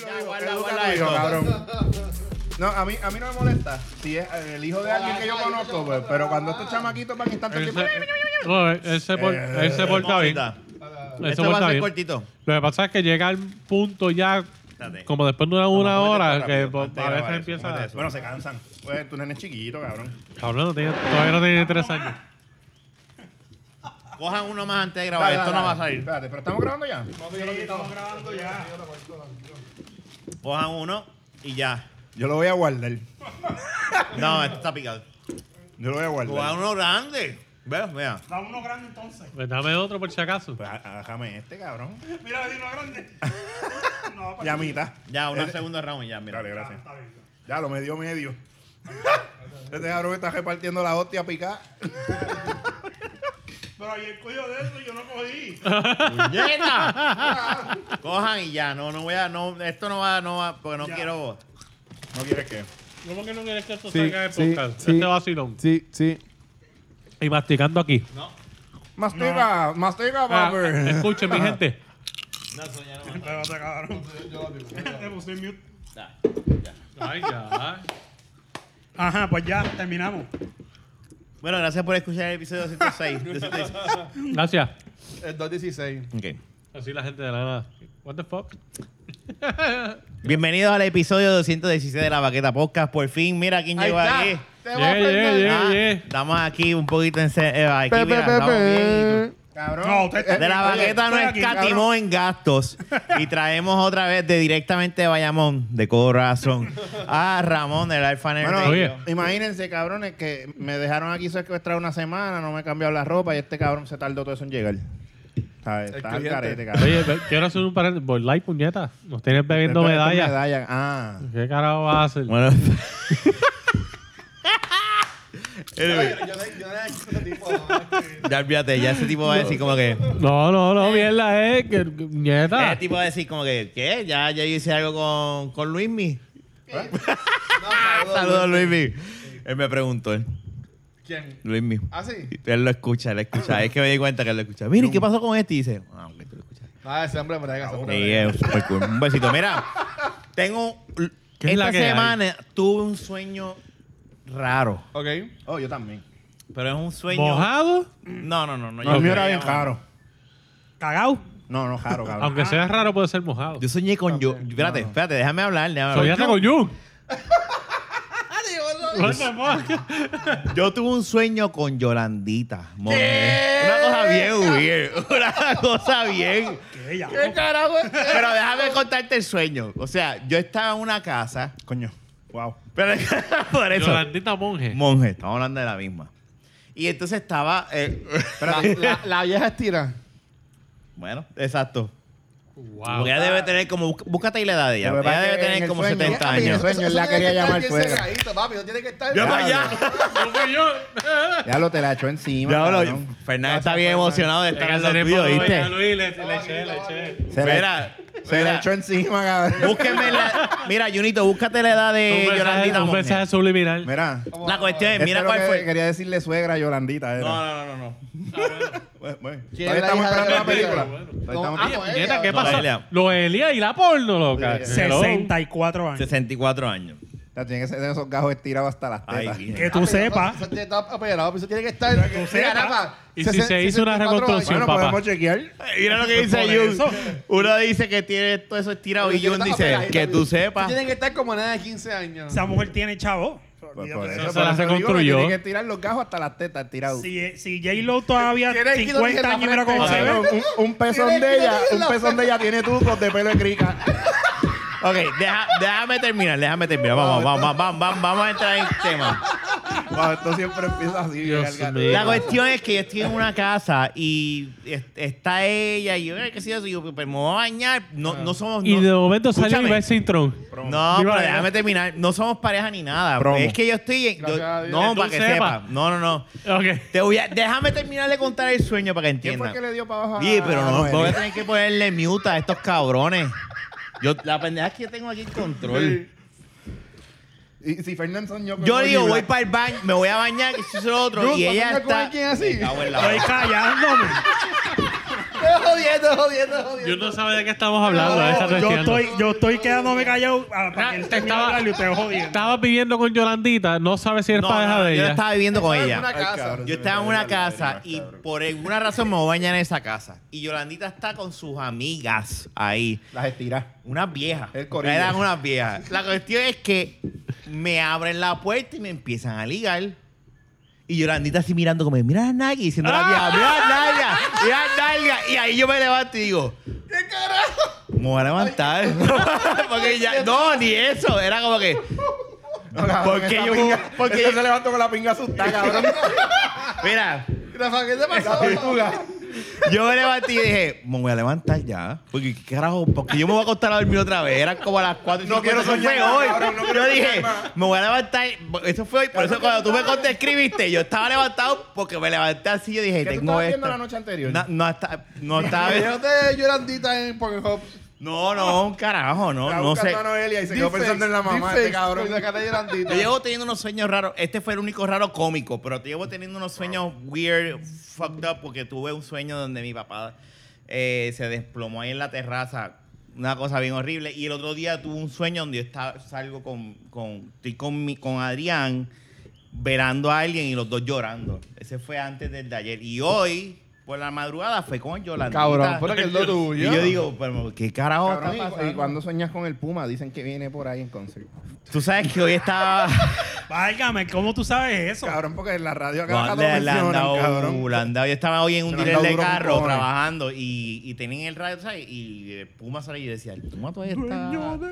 Ya, guarda, guarda Educa tu hijo, esto. cabrón. No, a mí, a mí no me molesta si es eh, el hijo de alguien que yo conozco, pues, pero cuando estos chamaquitos van y están todo el Él tiempo- se, no, él- él se por- él se porta bien. Hermosita. Él se Esto eh, va porta a ser bien. cortito. Lo que pasa es que llega al punto ya, Espérate. como después de una, una Vamos, hora, métete que rápido, pues, antes de a veces grabar eso, empieza. métete eso. Bueno, se cansan. Pues tu nene es chiquito, cabrón. Cabrón, no tiene- todavía no tiene tres años. Cojan uno más antes de grabar. Esto no va a salir. Espérate, pero estamos grabando ya. Cojan uno y ya. Yo lo voy a guardar. No, esto está picado. Yo lo voy a Cojan guardar. uno grande. Vea, vea. Da uno grande entonces. Pues dame otro por si acaso. Pues agájame este, cabrón. Mira, di uno grande. No, pues, Ya mitad. Ya, una Este- segunda round ya, mira. Dale, gracias. está bien. Ya lo medio medio. este cabrón está repartiendo la hostia picada. Pero ayer cogió de eso y yo no cogí. ¡Puñeta! Cojan y ya. No, no voy a. No, esto no va, no va, porque no Ya. quiero. ¿No quieres que? ¿Cómo que no quieres que esto Sí, salga de sí, podcast? sí. Este vacilón. Sí, sí. Y masticando aquí. Mastiga, mastiga, Ah, Bobber. escuchen, mi gente. Pero te cagaron. Te puse en mute. Ay, ya. Ajá, pues ya, terminamos. Bueno, gracias por escuchar el episodio 106. de 106. Gracias. El 216. Ok. Así la gente de la nada. What the fuck? Bienvenidos al episodio 216 de la Baqueta Podcast. Por fin, mira quién llegó aquí. Te voy a Yeah, yeah, perder. yeah, Ah, yeah. Estamos aquí un poquito en. se- eh, aquí, Pe, mira, pe, pe, estamos pe. bien. Cabrón. No, usted está- De la Oye, baqueta no estoy aquí, escatimó cabrón. en gastos. Y traemos otra vez de directamente de Bayamón, de corazón, a Ramón del Alfa Nerd Bueno, Radio. Oye. imagínense, cabrones, que me dejaron aquí secuestrado una semana, no me he cambiado la ropa y este cabrón se tardó todo eso en llegar. ¿Sabes? Está al cliente. carete, cabrón. Oye, ve- quiero hacer un paréntesis. Por like, puñeta. Nos tienes bebiendo Esto- esto es medallas. medalla. Ah. ¿Qué carajo vas a hacer? Bueno. Anyway, Yo no ya olvídate, ya ese tipo va a decir como que. No, no, no, mierda, eh. Que, que- Ese nieta. tipo va a decir como que, ¿qué? Ya, ya yo hice algo con, con Luismi. Saludos, Luismi. Él me preguntó, él, ¿Quién? Luismi. ¿Ah, sí? Él lo escucha, él lo escucha. Es que me di cuenta que él lo escucha. Mire, ¿qué pasó con este? Y dice, ah, ok, tú lo escuchas. Ah, ese hombre brega, ese hombre Sí, brega. es súper cool. Un besito. Mira, tengo. ¿Qué es Esta la que hay? semana tuve un sueño raro. Ok. Oh, yo también. Pero es un sueño. ¿Mojado? No, no, no. no, No, yo el mío era creo. bien caro. ¿Cagao? No, no, caro, cabrón. Aunque sea raro, puede ser mojado. Yo soñé con yo. Espérate, espérate, déjame hablar. déjame hablar. Soñaste con Jung. Yo tuve un sueño con Yolandita. mole. Una cosa bien weird. Una cosa bien. ¿Qué? Ya. Pero déjame contarte el sueño. O sea, yo estaba en una casa. Coño. Wow. Pero por eso. Yolandita monje. Monje, estamos hablando de la misma. Y entonces estaba. eh, La, la- la vieja estira. bueno, exacto. Wow. Porque ella debe tener como. bú- Búscate y la edad de ella. Lo que pasa Ella es debe que en tener el como sueño- 70 en el años. sueño- él la quería llamar fuera. Pegadito, papi, no tiene que estar. ¡Yo para Ya, allá! No fui yo. Ya lo te la echó encima. Ya, bueno, cabrón. Fernández está bien emocionado de estar en los tuyos, ¿viste? Se la- Mira, Se la mira. echó encima, cabrón. Búsquenme la. Mira, Junito, búscate la edad de Eh, Yolandita. Un Monge. mensaje subliminal. Mira. La cuestión es, este Eh, mira es lo cuál que fue. Quería decirle suegra a Yolandita. Era. no, no, no. Bueno, bueno. ¿Quién Todavía es la estamos hija de esperando la película. Yolandita? Todavía No, estamos- ah, pues Puñeta, ella, ¿Qué no, pasa? pasó? Noelia. Loelia y la porno, loca. Sí. Hello. 64 años. 64 años. Ya tiene que ser de esos gajos estirados hasta las Ay, tetas. bien. Que tú Eso- sepas. eso tiene que estar apoyado, eso pues, tiene que estar. Mira, sepas. nada, Y si sesen- se hizo una 64 reconstrucción. bueno, papá. podemos chequear. Eh, Mira lo que dice Por Jun. eso. Uno dice que tiene todo eso estirado años. y Jun dice que tú sepas. Tiene que estar como nada de 15 años. Esa mujer tiene chavo. Pues por Eso eso, se por eso la digo que reconstruyó. Tiene que tirar los gajos hasta las tetas tirados. Si, eh, si J-Lo todavía ¿Quieres que lo 50 dije en la años era frente? como Ah, se ve. Cabrón, un, un pezón de Tiene que ella, tener un la- pelo de ella tiene trucos de pelo de crica. Ok, deja- déjame terminar, déjame terminar. Vamos, vamos, vamos, vamos, vamos, vamos a entrar en tema. Wow, esto siempre empieza así. Dios bien al- mío. La cuestión es que yo estoy en una casa y es- está ella y yo, "Ay, ¿qué sé yo? Y yo, pero me voy a bañar. No, Ah. no somos. Y no- de momento salió Escúchame. y va Sintron. No, Digo, pero eh, déjame terminar. No somos pareja ni nada. Promo. Es que yo estoy. en- yo- Gracias a Dios. no, Que para tú que sepas. sepa. No, no, no. Ok. Te voy a, déjame terminar de contar el sueño para que ¿Quién entiendan. fue el que le dio para abajo? a- Sí, pero a no, Noelia? voy a tener que ponerle mute a estos cabrones. Yo, la pendeja es que yo tengo aquí el control. Y si Fernández soñó con Yo Goldie digo, voy Black, para el baño, me voy a bañar, que eso es lo otro. Jun, Y ¿vas a ella soñar con está. Ah, alguien así? Me cago en la Estoy boca. callándome. jodiendo, jodiendo, Yo jodiendo. no sabía de qué estamos hablando. No, ahí está Yo testeando. estoy, yo estoy quedándome callado ah, para Ah, que él te termine de estaba- hablar y usted jodiendo. Estabas viviendo con Yolandita, no sabes si eres No, pareja no, de yo no ella. estaba viviendo con En una ella. casa. Yo estaba en una casa y por alguna razón me voy a bañar en esa casa. Y Yolandita está con sus amigas ahí. Las estiras. Unas viejas. El corillo. Eran unas viejas. La cuestión es que me abren la puerta y me empiezan a ligar. Y Yolandita así mirando como, mira a Nagi, diciendo la vieja, mira a Naya, mira a Nalga. Y ahí yo me levanto y digo, ¿Qué carajo? me voy a levantar. porque ya, no, ni eso. Era como que, ¿por qué yo, por qué yo- se levantó con la pinga asustada, cabrón. mira, Rafa, ¿qué te pasó? yo me levanté y dije, me voy a levantar ya. Porque, ¿qué carajo? Porque yo me voy a acostar a dormir otra vez. Eran como a las 4 No quiero soñar fue más, hoy. cabrón, no quiero yo dije, soñar más. me voy a levantar. Eso fue hoy. Por eso cuando tú me contescribiste, yo estaba levantado porque me levanté así. Yo dije, ¿Qué tú tengo estabas viendo esto. la noche anterior? No, no, está- no estaba Yo te llorandita en Pornhub. No, no, un carajo, no, Estaba no sé. buscando a Noelia y se quedó Deepfakes, pensando en la mamá de este deepfakes, cabrón. con la cara de Yo llevo teniendo unos sueños raros. Este fue el único raro cómico, pero te llevo teniendo unos sueños weird, fucked up, porque tuve un sueño donde mi papá eh, se desplomó ahí en la terraza. Una cosa bien horrible. Y el otro día tuve un sueño donde yo estaba, salgo con, con, estoy con, mi, con Adrián velando a alguien y los dos llorando. Ese fue antes del de ayer. Y hoy, por la madrugada, fue con Yolanda. Cabrón, pero que es lo Y tuyo. yo digo, pero ¿qué carajo Cabrón, está y, y pasando? cuando sueñas con el Puma, dicen que viene por ahí en concierto. Tú sabes que hoy estaba... Válgame, ¿cómo tú sabes eso? Cabrón, porque en la radio acá No, cada le, rato le han mencionan, dado, cabrón. le han dado. Yo estaba hoy en un Se le dealer han dado de duro con carro cojones. trabajando y, y tenían el radio, ¿sabes? Y el Puma salía y yo decía, el Puma todavía está... mí,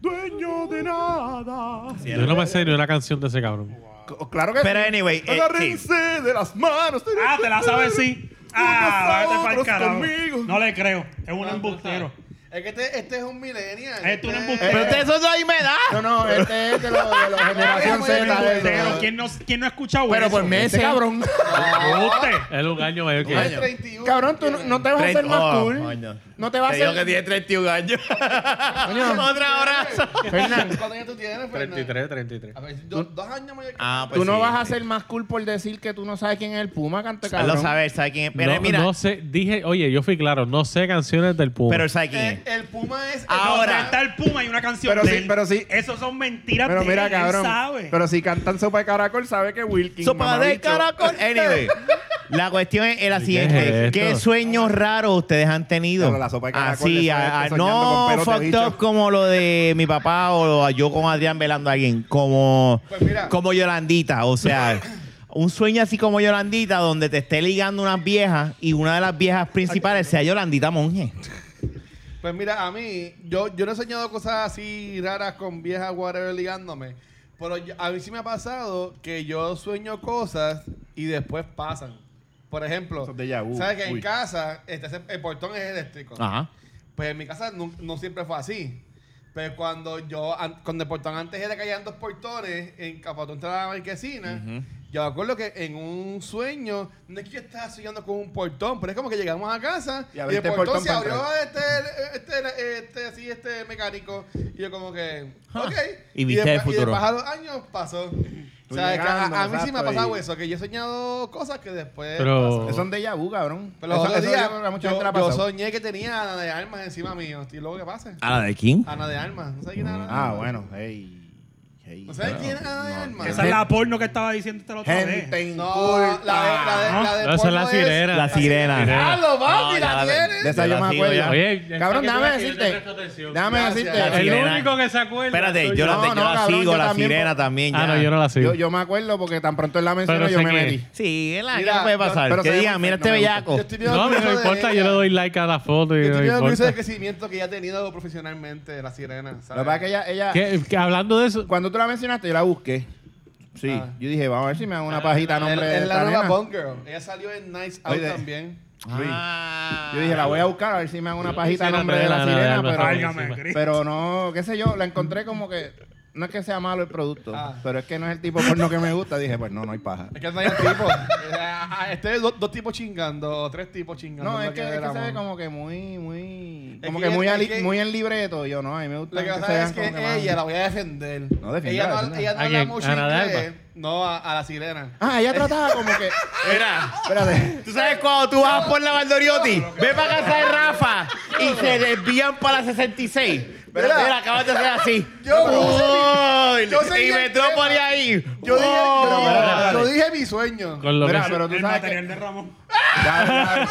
dueño de nada. Sí, Yo no me sé ni una canción de ese cabrón. C- Claro que Pero sí. anyway, eh, sí. Agárrense de las manos. Ah, te la sabes, sí. Ah, vete para el Otros carajo. conmigo. No le creo. Es Ah, un pues, embustero. Es que este, este es un millennial. Eh, Este es un embustero. Pero ustedes son ahí me No, da. no, este es de los de los Generación Z. eso. Pero ¿quién no, quién no ha escuchado Pero pues, eso? por Ese meses. cabrón. Usted. Él es un año mayor que Un Es año. ella. 31. Cabrón, tú no, no te vas a hacer Treinta- más oh, cool. coño. No te vas a Te digo hacer. que tiene 31 años. Otra abrazo. Fernan, ¿Cuántos años tú tienes, Fernando? 33, 33. A ver, do- dos años mayor que Ah, pues tú no sí. vas a ser más cool por decir que tú no sabes quién es el Puma, canto Él lo cabrón. sabe, él sabe quién es. Pero no, mira, no sé, dije, oye, yo fui claro, no sé canciones del Puma. pero él sabe quién Eh, El, es. el Puma es. el Ahora. Donde está el Puma y una canción Pero de sí, él. pero sí. Eso son mentiras Pero de mira, él, cabrón. Él sabe. Pero si cantan sopa de caracol, sabe que Wilkins. Sopa de mamabicho. caracol. Anyway, la cuestión es la ¿Y qué siguiente. es ¿Qué, esto? sueños raros ustedes han tenido? Claro, la sopa de caracol Así, de a- a- soñarte soñando no con pelos de fucked up bicho. como lo de mi papá o yo con Adrián velando a alguien. Como, Pues mira. como Yolandita. O sea, un sueño así como Yolandita donde te esté ligando unas viejas y una de las viejas principales sea Yolandita Monje. Pues mira, a mí, yo, yo no he soñado cosas así raras con viejas whatever ligándome. Pero yo- a mí sí me ha pasado que yo sueño cosas y después pasan. Por ejemplo, Eso es déjà vu. ¿sabes que en Uy. casa este, ese- el portón es eléctrico? Ajá. Pues en mi casa no, no siempre fue así. Pero cuando yo, an- cuando el portón antes era que habían dos portones en Capotón de la Marquesina, yo me acuerdo que en un sueño, no es que yo estaba soñando con un portón, pero es como que llegamos a casa Y y, abriste el el portón portón, se para abrió entrar. a este, este, este, así, este mecánico. Y yo como que, ok. Y viste el después- y futuro. después a los años pasó. O sea, que a, llegando, a mí sí me ha exacto, pasado y- eso, que yo he soñado cosas que después Pero- Eso es un déjà vu, cabrón. pero los eso, otros eso días, yo- a mucha yo, gente la ha yo pasado. soñé que tenía a Ana de Armas encima mío. ¿Y luego qué pasa? ¿A la de quién? Ana de Armas. ¿No sabes quién es Ana de Armas? Ah, bueno. Hey. hey. ¿No sabes quién es Claro. Ana de Armas? Esa es la porno que estaba diciendo esta la otra Gente vez. No, la de, la de, la de No, esa es la porno sirena. La sirena. ¡Ah, lo papi! No, ¡La ya la- De tienes! esa Yo yo la me sigo acuerdo. ya. Oye, ya Cabrón, que tú déjame ves que yo te decirte. presto atención. Déjame Gracias. decirte. El Sirena. único que se acuerda. Espérate, soy yo la, No, yo no, la cabrón, sigo, yo la también, sirena por- también. Ya. Ah, no, yo no la sigo. Yo, yo me acuerdo porque tan pronto él la mencionó, Pero yo sé me quién metí. es. Sí, es la Mira, que no puede yo- pasar. pero Que se digan, llama- mira no este me gusta. bellaco. Yo estoy viendo No, a mí no curso me de importa, ella. yo le doy like a la foto. Yo Y estoy no me viendo el curso de importa. crecimiento que ella ha tenido profesionalmente, la sirena. ¿sabes? Lo que pasa es que ella, ella ¿Qué- qué- hablando de eso, cuando tú la mencionaste, yo la busqué. Sí, Ah. yo dije, vamos a ver si me hago una pajita a Es- nombre de Es la esta nueva nena. Bond Girl. Ella salió en Nice Out Oye. también. Luis. Ah. Yo dije, la voy a buscar a ver si me hago una Yo pajita a quisiera nombre de la tener a Ana de Armas sirena, Válgame, pero, Cristo. pero no, qué sé yo, la encontré como que no es que sea malo el producto, Ah. pero es que no es el tipo de porno que me gusta. Dije, pues no, no hay paja. Es que no hay un tipo. Era- este es dos, dos tipos chingando, o tres tipos chingando. No, lo es que, es que se éramos. ve como que muy, muy. Es Como que que, ella- muy, es ali- que- muy en libreto. pues? Yo No, a, a la sirena. Ah, ella trataba como que. Mira, Espérate. tú sabes cuando tú vas por la Valdoriotti, ve para casa de Rafa y se desvían para la 66. Mira, Mira. mira, acabas de hacer así. Yo- Uy, yo seguí y el Metrópoli tema. ahí. Yo dije, Uy. yo- espérate, yo espérate. dije mi sueño. Con lo Mira, que pero tú el sabes material de Ramón. Ya,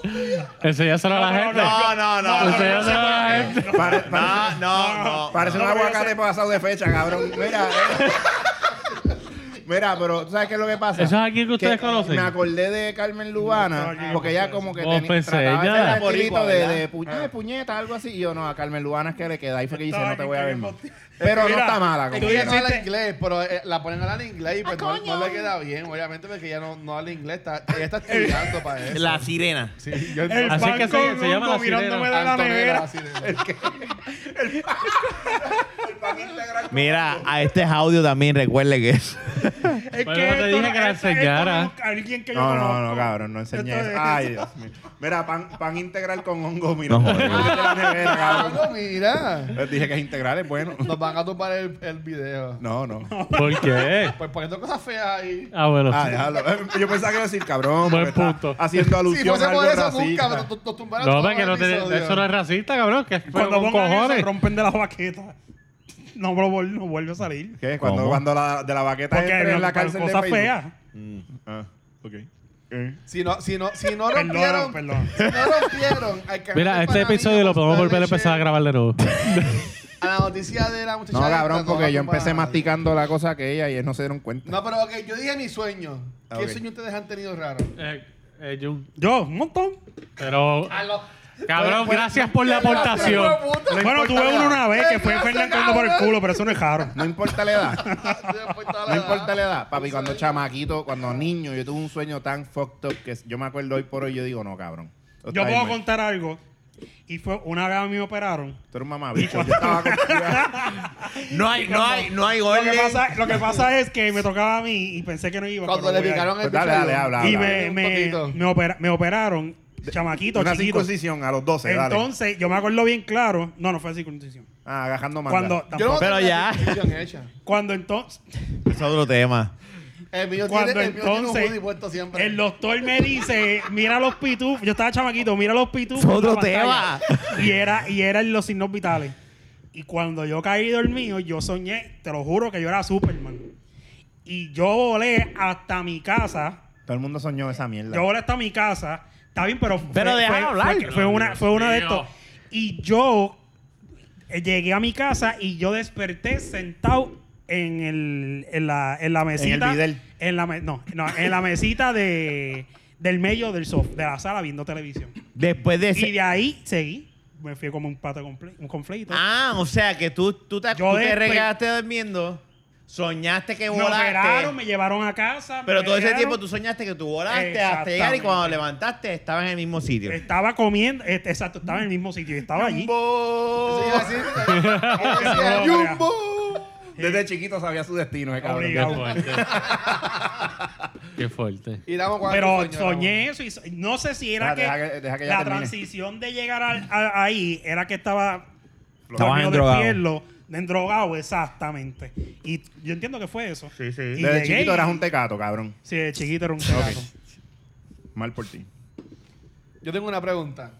ya. enseñárselo a la gente. No, no, no. Enseñárselo No, a la gente. Pare- pare- no, no. Parece un No, pero aguacate ese- pasado de fecha, cabrón. Mira. eh. Mira, pero ¿tú sabes qué es lo que pasa? ¿Eso es alguien que ustedes conocen? Me acordé de Carmen No, yo Lubana, no porque ella sé como que eso. Oh, pensé, trataba de ella. hacer Era el estilito boricua, de, ¿verdad? de pu- ay, puñeta, algo así. Y yo, no, a Carmen Lubana es que le queda. Ahí fue que dice, Ah. Estaba no te voy a ver bien, más. cabrón. Pero no Mira, está mala. Es como que tú ella que- no habla hiciste- inglés, pero eh, la ponen a hablar en inglés y pues Ah, no, no coño. le queda bien, obviamente, porque ella no, no habla inglés. Está, ella está estudiando para eso. La sirena. Sí, yo El Así pan que se- con se llama la hongo mirándome de la Antonella, nevera. así de- El que- Mira, a este audio también recuerde que es. Es Pero yo te esto dije no- que la esto- esto enseñara. no es alguien que yo No, no, conozco. no, cabrón, no enseñé Esto eso. es- Ay, Dios mío. Mira, pan, pan integral con hongo, mira. No, de la nevera, Ah, cabrón. no, mira. Les dije que es integral, es bueno. Nos van a tumbar el, el video. No, no. ¿Por qué? Pues poniendo cosas feas ahí. Ah, bueno. Ah, déjalo. Eh, Yo pensaba que iba a decir, cabrón, Buen porque está punto. haciendo Si alusión fuese a algo por eso, nunca. racista. Nos, nos- nos tumbaron no, todo ve que el no tiene- episodio. eso no es racista, cabrón. Que es Cuando con pongan eso, cojones. rompen de la baqueta. No, bro, vol- no vuelve a salir. ¿Qué? Cuando, ¿Cómo? cuando la, de la baqueta Porque entre no, en la cárcel de cosas Facebook. feas. Mm, Ah, ok. Si no, si no, si no Perdón, rompieron. perdón. Si no rompieron. al canal Mira, de este Panamá, episodio lo podemos volver a empezar a grabar de nuevo. A la noticia de la muchacha. No, esta, cabrón, la porque yo tumbaron. empecé masticando la cosa que ella y ellos no se dieron cuenta. No, pero ok, yo dije mi sueño. ¿Qué Ah, ok. sueño ustedes han tenido raro? Eh, eh, Jun. Yo, un montón. Pero, A lo- cabrón, Pues- gracias por la Gracias, aportación. hijo de puta. bueno, importa tuve la uno edad. una vez que fue Gracias, Fernan corriendo por el cabrón. culo, pero eso no es raro. No importa la edad. No importa No importa la edad. Papi, Sí. cuando chamaquito, cuando niño, yo tuve un sueño tan fucked up que yo me acuerdo hoy por hoy yo digo, no, cabrón. Tú Yo estás puedo bien, contar algo. Y fue una vez a mí me operaron. Tú eres un mamabicho. Yo estaba con- No hay, no hay, no hay Lo orden. que, pasa, lo que pasa es que me tocaba a mí y pensé que no iba. Cuando pero le voy a ir. picaron el Pues dale, dale, bichillo. habla, Y habla. me, Un me, poquito. me, opera- me operaron, chamaquito, Una chiquito. circuncisión a los 12, dale. Entonces, yo me acuerdo bien claro. No, no fue circuncisión. Ah, agajando más. Cuando, Yo no tampoco. Pero tengo ya. circuncisión hecha. cuando entonces, Es otro tema. El mío cuando tiene, el mío tiene un entonces, hoodie puesto siempre. el doctor me dice, mira los pitufos. Yo estaba chamaquito, mira los pitufos. Es otro en la tema. pantalla. Y era, y era en los signos vitales. Y cuando yo caí dormido, yo soñé, te lo juro que yo era Superman. Y yo volé hasta mi casa. Todo el mundo soñó esa mierda. Yo volé hasta mi casa. Está bien, pero. fue- Pero déjalo fue- hablar. Fue, fue una, fue una de Dios estos. mío. Y yo eh, llegué a mi casa y yo desperté sentado en, el, en, la, en la mesita. bidel. en la me- no, no, en la mesita de, del medio del sof, de la sala viendo televisión. Después de Y ese. de ahí seguí. Me fui como un pato con un conflicto. Ah, o sea que tú, tú te, Yo tú te después- regaste durmiendo, soñaste que me operaron, me volaste. llevaron a casa. Pero me todo ese dejaron. tiempo tú soñaste que tú volaste hasta llegar y Exactamente. Este, cuando levantaste estabas en el mismo sitio. Estaba comiendo, eh, exacto, estaba en el mismo sitio y estaba allí. Eso iba a decir, eso iba a decir, No, ¡Jumbo! Desde chiquito sabía su destino, eh, cabrón. Qué Obligado. fuerte. Qué fuerte. Y damos cuatro Pero sueños, damos. soñé eso y so- no sé si era Deja- que, deja que- deja que ella la termine. transición de llegar al- a- ahí era que estaba Estabas dormido endrogado. despierto, endrogado, exactamente. Y yo entiendo que fue eso. Sí, sí. Y Desde llegué chiquito y- eras un tecato, cabrón. Sí, de chiquito era un tecato. Mal por ti. Yo tengo una pregunta.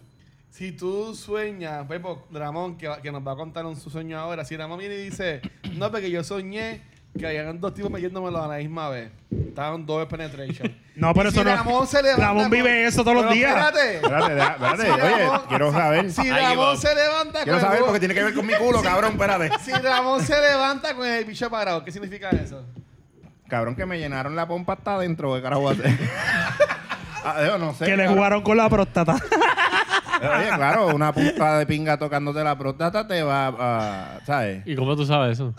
Si tú sueñas, por ejemplo, Ramón, que, va- que nos va a contar un, su sueño ahora, si Ramón viene y dice, no, porque yo soñé que habían dos tipos metiéndomelo a la misma vez. Estaban dos penetration. No, pero Y eso si no- Ramón se levanta Ramón con- vive eso todos los Pero días. Espérate. Espérate, deja- espérate. Sí, Oye, vamos. quiero saber. Si Ahí Ramón va. se levanta Quiero con saber el porque tiene que ver con mi culo, cabrón. Espérate. Si Ramón se levanta con el bicho parado, ¿qué significa eso? Cabrón, que me llenaron la pompa hasta adentro. ¿Qué carajo voy a hacer? Ah, yo no sé. que le cabrón. jugaron con la próstata. Oye, claro, una punta de pinga tocándote la próstata te va a. ¿Sabes? ¿Y cómo tú sabes eso?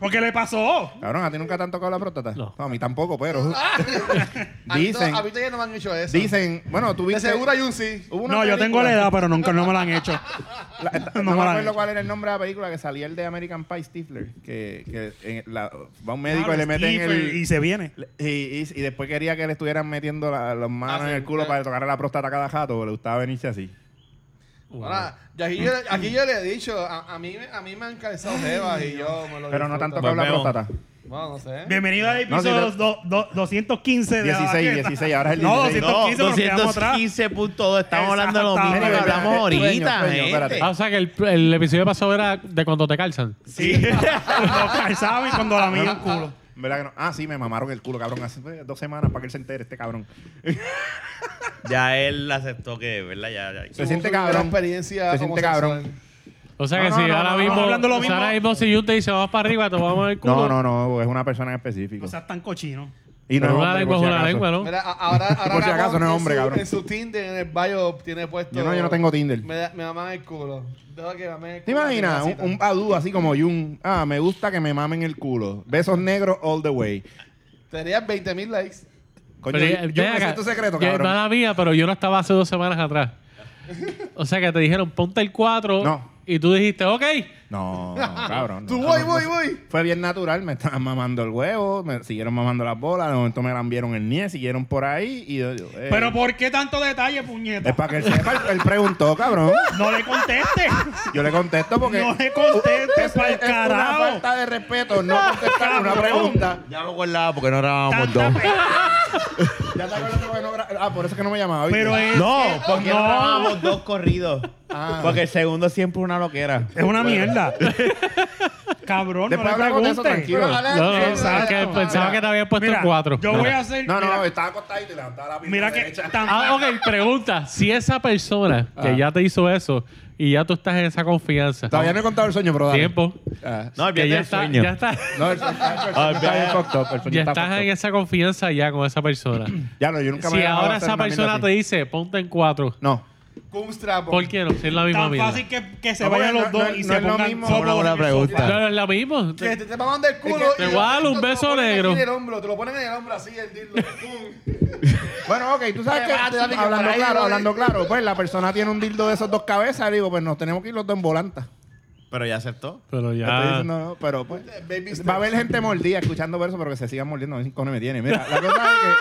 Porque le pasó. Cabrón, ¿a ti nunca te han tocado la próstata? No. a mí tampoco, pero. A mí to- dicen, A mí todavía no me han hecho eso. dicen, bueno, tú De viste. seguro hay un sí. hubo una No, yo película- tengo la edad, pero nunca no me la han hecho. La- esta- No no, me me la han acuerdo hecho. cuál era el nombre de la película que salía el de American Pie Stifler. Que, que en la- va un médico y le meten Steve, el. Ah, Y se viene. Y, y- y después quería que le estuvieran metiendo la- las manos Ah, sí, en el culo ya. para tocarle la próstata a cada jato, porque le gustaba venirse así. Ahora, y aquí, yo, aquí yo le he dicho, a, a mí, me- a mí me han calzado jebas y yo me lo Pero no disfruto. tanto que la Volvemos. próstata. Bueno, no Eh. sé. Bienvenido al No, si episodio te- do- do- 215 de la 16, Baqueta. 16, ahora es el No, 16. 215, No, pero nos quedamos atrás. 215.2. Estamos hablando de lo mismo que Exactamente. hablamos Sueño, ahorita, sueño, gente. espérate. Ah, o sea que el, el episodio pasado era de cuando te calzan. Sí. cuando calzaba y cuando la mía el culo. ¿Verdad que no? Ah, sí, me mamaron el culo, cabrón. Hace eh, dos semanas para que él se entere, este cabrón. Ah, Ya él aceptó que, ¿verdad? Ya, ya. Se siente Tuvo su primera cabrón. experiencia Se siente homosexual. cabrón. O sea No, que no, si no, ahora no, mismo. estamos hablando lo o sea, mismo. ahora mismo si Jun te dice vamos para arriba, te vamos el culo. No, no, no, es una persona en específico. No seas tan cochino. y no Pero es una hombre, lengua por es si una acaso. lengua, ¿no? Mira, a- ahora, ahora Por si Ramón acaso no es en hombre, su- cabrón. En su Tinder, en el bio, tiene puesto. Yo no, yo no tengo Tinder. Me, da- me maman el culo. Dejo que mamen el culo. ¿Te imaginas? Un, un Badu así como Jun. Ah, me gusta que me mamen el culo. Besos negros all the way. Tenías 20 mil likes. Coño, Pero, Jun, ven ese acá, es tu secreto, que cabrón. Mala mía, pero yo no estaba hace dos semanas atrás. O sea que te dijeron ponte el 4 No. y tú dijiste, ok. No, cabrón. no. Tú voy, voy, voy. Fue bien natural, me estaban mamando el huevo, me siguieron mamando las bolas, de momento me lambieron el nie, siguieron por ahí y yo, yo, eh, Pero ¿por qué tanto detalle, puñeta? es para que él sepa, él- él preguntó, cabrón. No le conteste. Yo le contesto porque No le contestes es, pa'l es una carajo. falta de respeto no contestar una pregunta. Ya me acordaba porque no grabábamos Tanta dos. pe- Ya te acuerdas que no gra- Ah, por eso es que no me llamaba. ¿viste? Pero es, No, porque no, No. grabábamos dos corridos. Ah. Porque el segundo siempre es una loquera. es una mierda. Cabrón, Después no le hablamos de eso, preguntes. tranquilo. No, no, Mira, o sea, mira, que mira, pensaba que te habían puesto Mira, el 4. yo voy a hacer... No, no, mira, estaba acostado y te levantaba la pierna mira que... derecha. tan- Ah, ok, pregunta. Si esa persona que Ah. ya te hizo eso y ya tú estás en esa confianza. Todavía no he contado el sueño, bro. dale. Tiempo. Ah. No, que olvídate ya del está, sueño. ya está- No, el sueño, el Ah, sueño está bien ya- fucked up, el sueño ya está estás fucked en up. esa confianza ya con esa persona. Ya lo, yo nunca me si había ahora hacer esa una mierda persona así. te dice ponte en 4, No. Con un trapo. ¿por qué no? Si es la misma Tan mierda. fácil que, que se No, vayan no, los dos no, y no se es lo pongan mismo. fobos Una buena en el sofá. pregunta. Pero es la misma. Que te, te mamando el culo. que- y Te voy a dar un te lo beso ponen aquí negro. En el hombro, te lo ponen en el hombro así, el dildo. pum. Bueno, ok, tú sabes que Espérate, dale, que hablando por ahí claro, voy. hablando claro, pues la persona tiene un dildo de esos dos cabezas, digo, pues nos tenemos que ir los dos en volanta. Pero ya aceptó. Pero Estoy ya. diciendo, no, pero pues Baby steps. va a haber gente mordida escuchando por eso, pero que se sigan mordiendo, a ver si cojones me tiene. Mira, la cosa es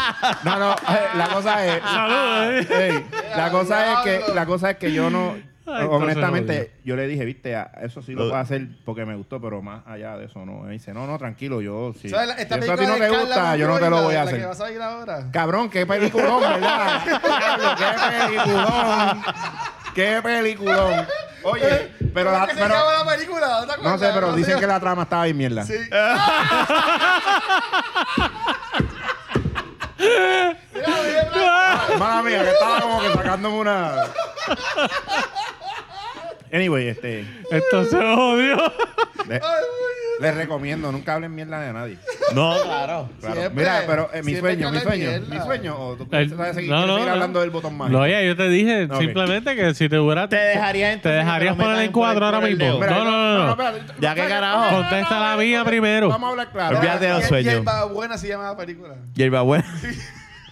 que No, no, eh, la cosa es Saludos, eh. Ey, la cosa es que diablo. la cosa es que yo no Ay, honestamente entonces yo le dije, viste, a- eso sí lo Lo- puedo hacer porque me gustó, pero más allá de eso no. Me dice, "No, no, tranquilo, yo sí. Si ¿Sabes? la- eso Esta a ti película no de te Carla gusta, yo no te lo Bruni, voy a la- La hacer." que vas a ir ahora. Cabrón, qué peliculón, ¿verdad? Diablo, qué peliculón. Qué peliculón. Oye, pero, la, ¿Cómo que ¿Eh? se pero- llama la película? te no acuerdas? sé, pero se dicen que llama- la trama estaba bien mierda. Sí. Mira, mira, mira. Mala mía, que estaba como que sacándome una. Anyway, este, Esto se jodió. le- Ay, uy, les recomiendo, nunca hablen mierda de nadie. No, claro. Claro. Siempre, Mira, pero eh, mi siempre sueño, que mi hablen sueño, mierda. mi sueño, o tú quieres El- seguir, no, quieres no, seguir no. hablando del botón mágico. No, ya, yo te dije Ok. simplemente que si te hubiera. Te dejaría Te dejarías poner en cuatro ahora mismo. Mira, No, no, no, no. espérate, Ya, ¿qué espérate, carajo? espérate, Contesta la espérate, mía espérate. primero. Vamos a hablar claro. Olvídate de los Hier- sueños. Hierba buena se llama Ah, la película. Hierba buena.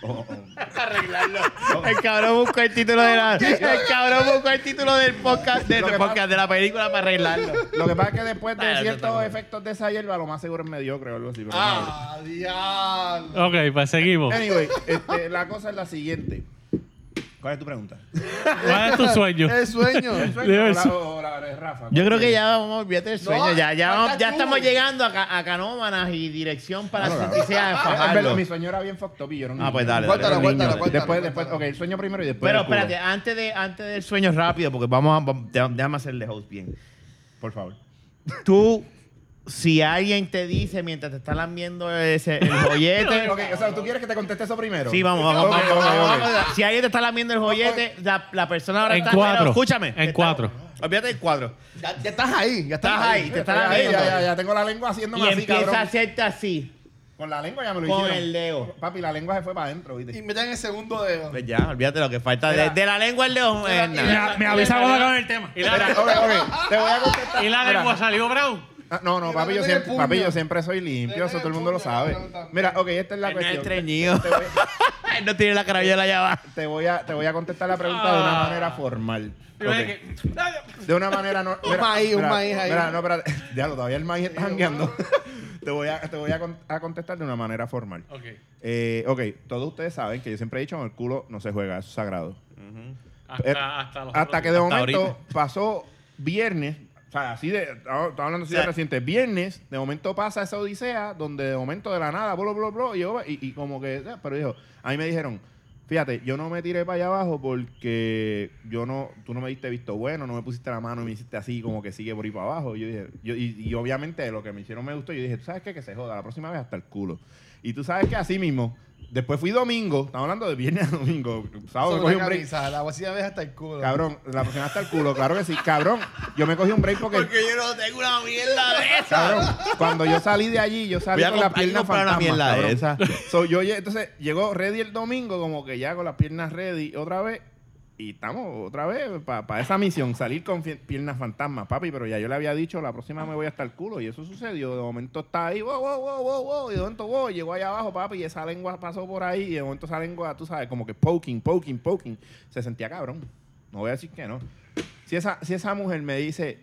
Oh, oh. El cabrón buscó el título de la. El cabrón buscó el título del podcast de, Lo que del podcast, de la película para arreglarlo. Lo que pasa es que después Ah, de no, ciertos no, no. efectos de esa hierba, lo más seguro es mediocre o algo así. pero no. Ah, diablo. Ok, pues seguimos. Anyway, este, la cosa es la siguiente. ¿Cuál es tu pregunta? ¿Cuál es eh, tu sueño? El sueño. Debe O la- ser- o la de Rafa. Yo creo que ya vamos, olvídate del sueño. No, ya ya, falta vamos- ya tú. estamos llegando a, ca- a canómanas y dirección para Claro, claro. sentirse a Es verdad, mi fajarlo. sueño era bien fucked up y yo era un Ah, niño. pues dale, dale. Cuéntalo, Era un niño. cuéntalo, cuéntalo, Después, cuéntalo. después, ok, el sueño primero y después. Pero el culo. espérate, antes, de, antes del sueño rápido, porque vamos a. vam- déjame- Déjame hacerle host bien. Por favor. Tú, si alguien te dice mientras te está lambiendo ese, el joyete. Ok, o sea, ¿tú quieres que te conteste eso primero? Sí, vamos, vamos, Ok, vamos, ok, vamos, ok. vamos, vamos. Si alguien te está lamiendo el joyete, la, la persona ahora En está... cuatro. pero escúchame. En Está- cuatro. Olvídate del cuadro. Ya, ya estás ahí. Ya estás, Estás ahí, te estás Ya, lamiendo. Ya, ya, ya tengo la lengua haciéndome Y así, empieza cabrón. a hacerte así. Con la lengua ya me lo Con hicieron. el dedo. Papi, la lengua se fue para adentro, Y ¿viste? metan el segundo dedo. Pues ya, olvídate lo que falta. De, Mira. de la lengua al dedo Mira, es nada. Me, me avisa cuando acabe el tema. Y Espera, la, ok, ok, Te voy a contestar. y la Mira, lengua salió Brown. Ah, no, no, Mira, papi yo, métele siempre, el puño. papi, yo siempre soy limpio, Métele eso el todo el mundo lo puño, sabe. cabrón, también. Mira, ok, esta es la Él no es cuestión. estreñido. Él no tiene la carabiola allá abajo. Te voy, a, te voy a contestar la pregunta de una Ah. manera formal. Y ve Ok. que- De una manera no. Un maíz, un maíz ahí. Mira, no, espérate. Ya lo, todavía el maíz está jangueando. te voy, a, te voy a, con- a contestar de una manera formal. Ok. Eh, ok, todos ustedes saben que yo siempre he dicho: con el culo no se juega, eso es sagrado. Hasta, hasta los Eh, Hasta que de hasta momento ahorita. pasó viernes, O sea, así de. Estamos hablando así O sea, de reciente. Viernes, de momento pasa esa odisea, donde de momento de la nada, blo, blo, blo, y, yo- y- y como que. eh, Pero dijo, a mí me dijeron, fíjate, yo no me tiré para allá abajo porque yo no. Tú no me diste visto bueno, no me pusiste la mano y me hiciste así, como que sigue por ahí para abajo. Y yo dije, yo- y, y obviamente lo que me hicieron me gustó. Yo dije, ¿tú sabes qué? Que se joda, la próxima vez hasta el culo. Y tú sabes que así mismo. Después fui domingo, estamos hablando de viernes a domingo, sábado me Sobre cogí un la break. camisa, La vacía deja hasta el culo. Cabrón, la próxima hasta el culo, claro que sí. Cabrón, yo me cogí un break porque. Porque yo no tengo una mierda de esa. Cabrón, cuando yo salí de allí, yo salí Voy a con la comp- hay que pierna comprar una fantasma, mierda de cabrón. So, yo, lle- entonces, llegó ready el domingo, como que ya con las piernas ready otra vez. Y estamos otra vez para esa misión, salir con fie- piernas fantasmas, papi. Pero ya yo le había dicho, la próxima me voy hasta el culo. Y eso sucedió. De momento está ahí, wow, wow, wow, wow, wow. Y de momento, wow, llegó allá abajo, papi. Y esa lengua pasó por ahí. Y de momento esa lengua, tú sabes, como que poking, poking, poking. Se sentía cabrón. No voy a decir que no. Si esa, si esa mujer me dice,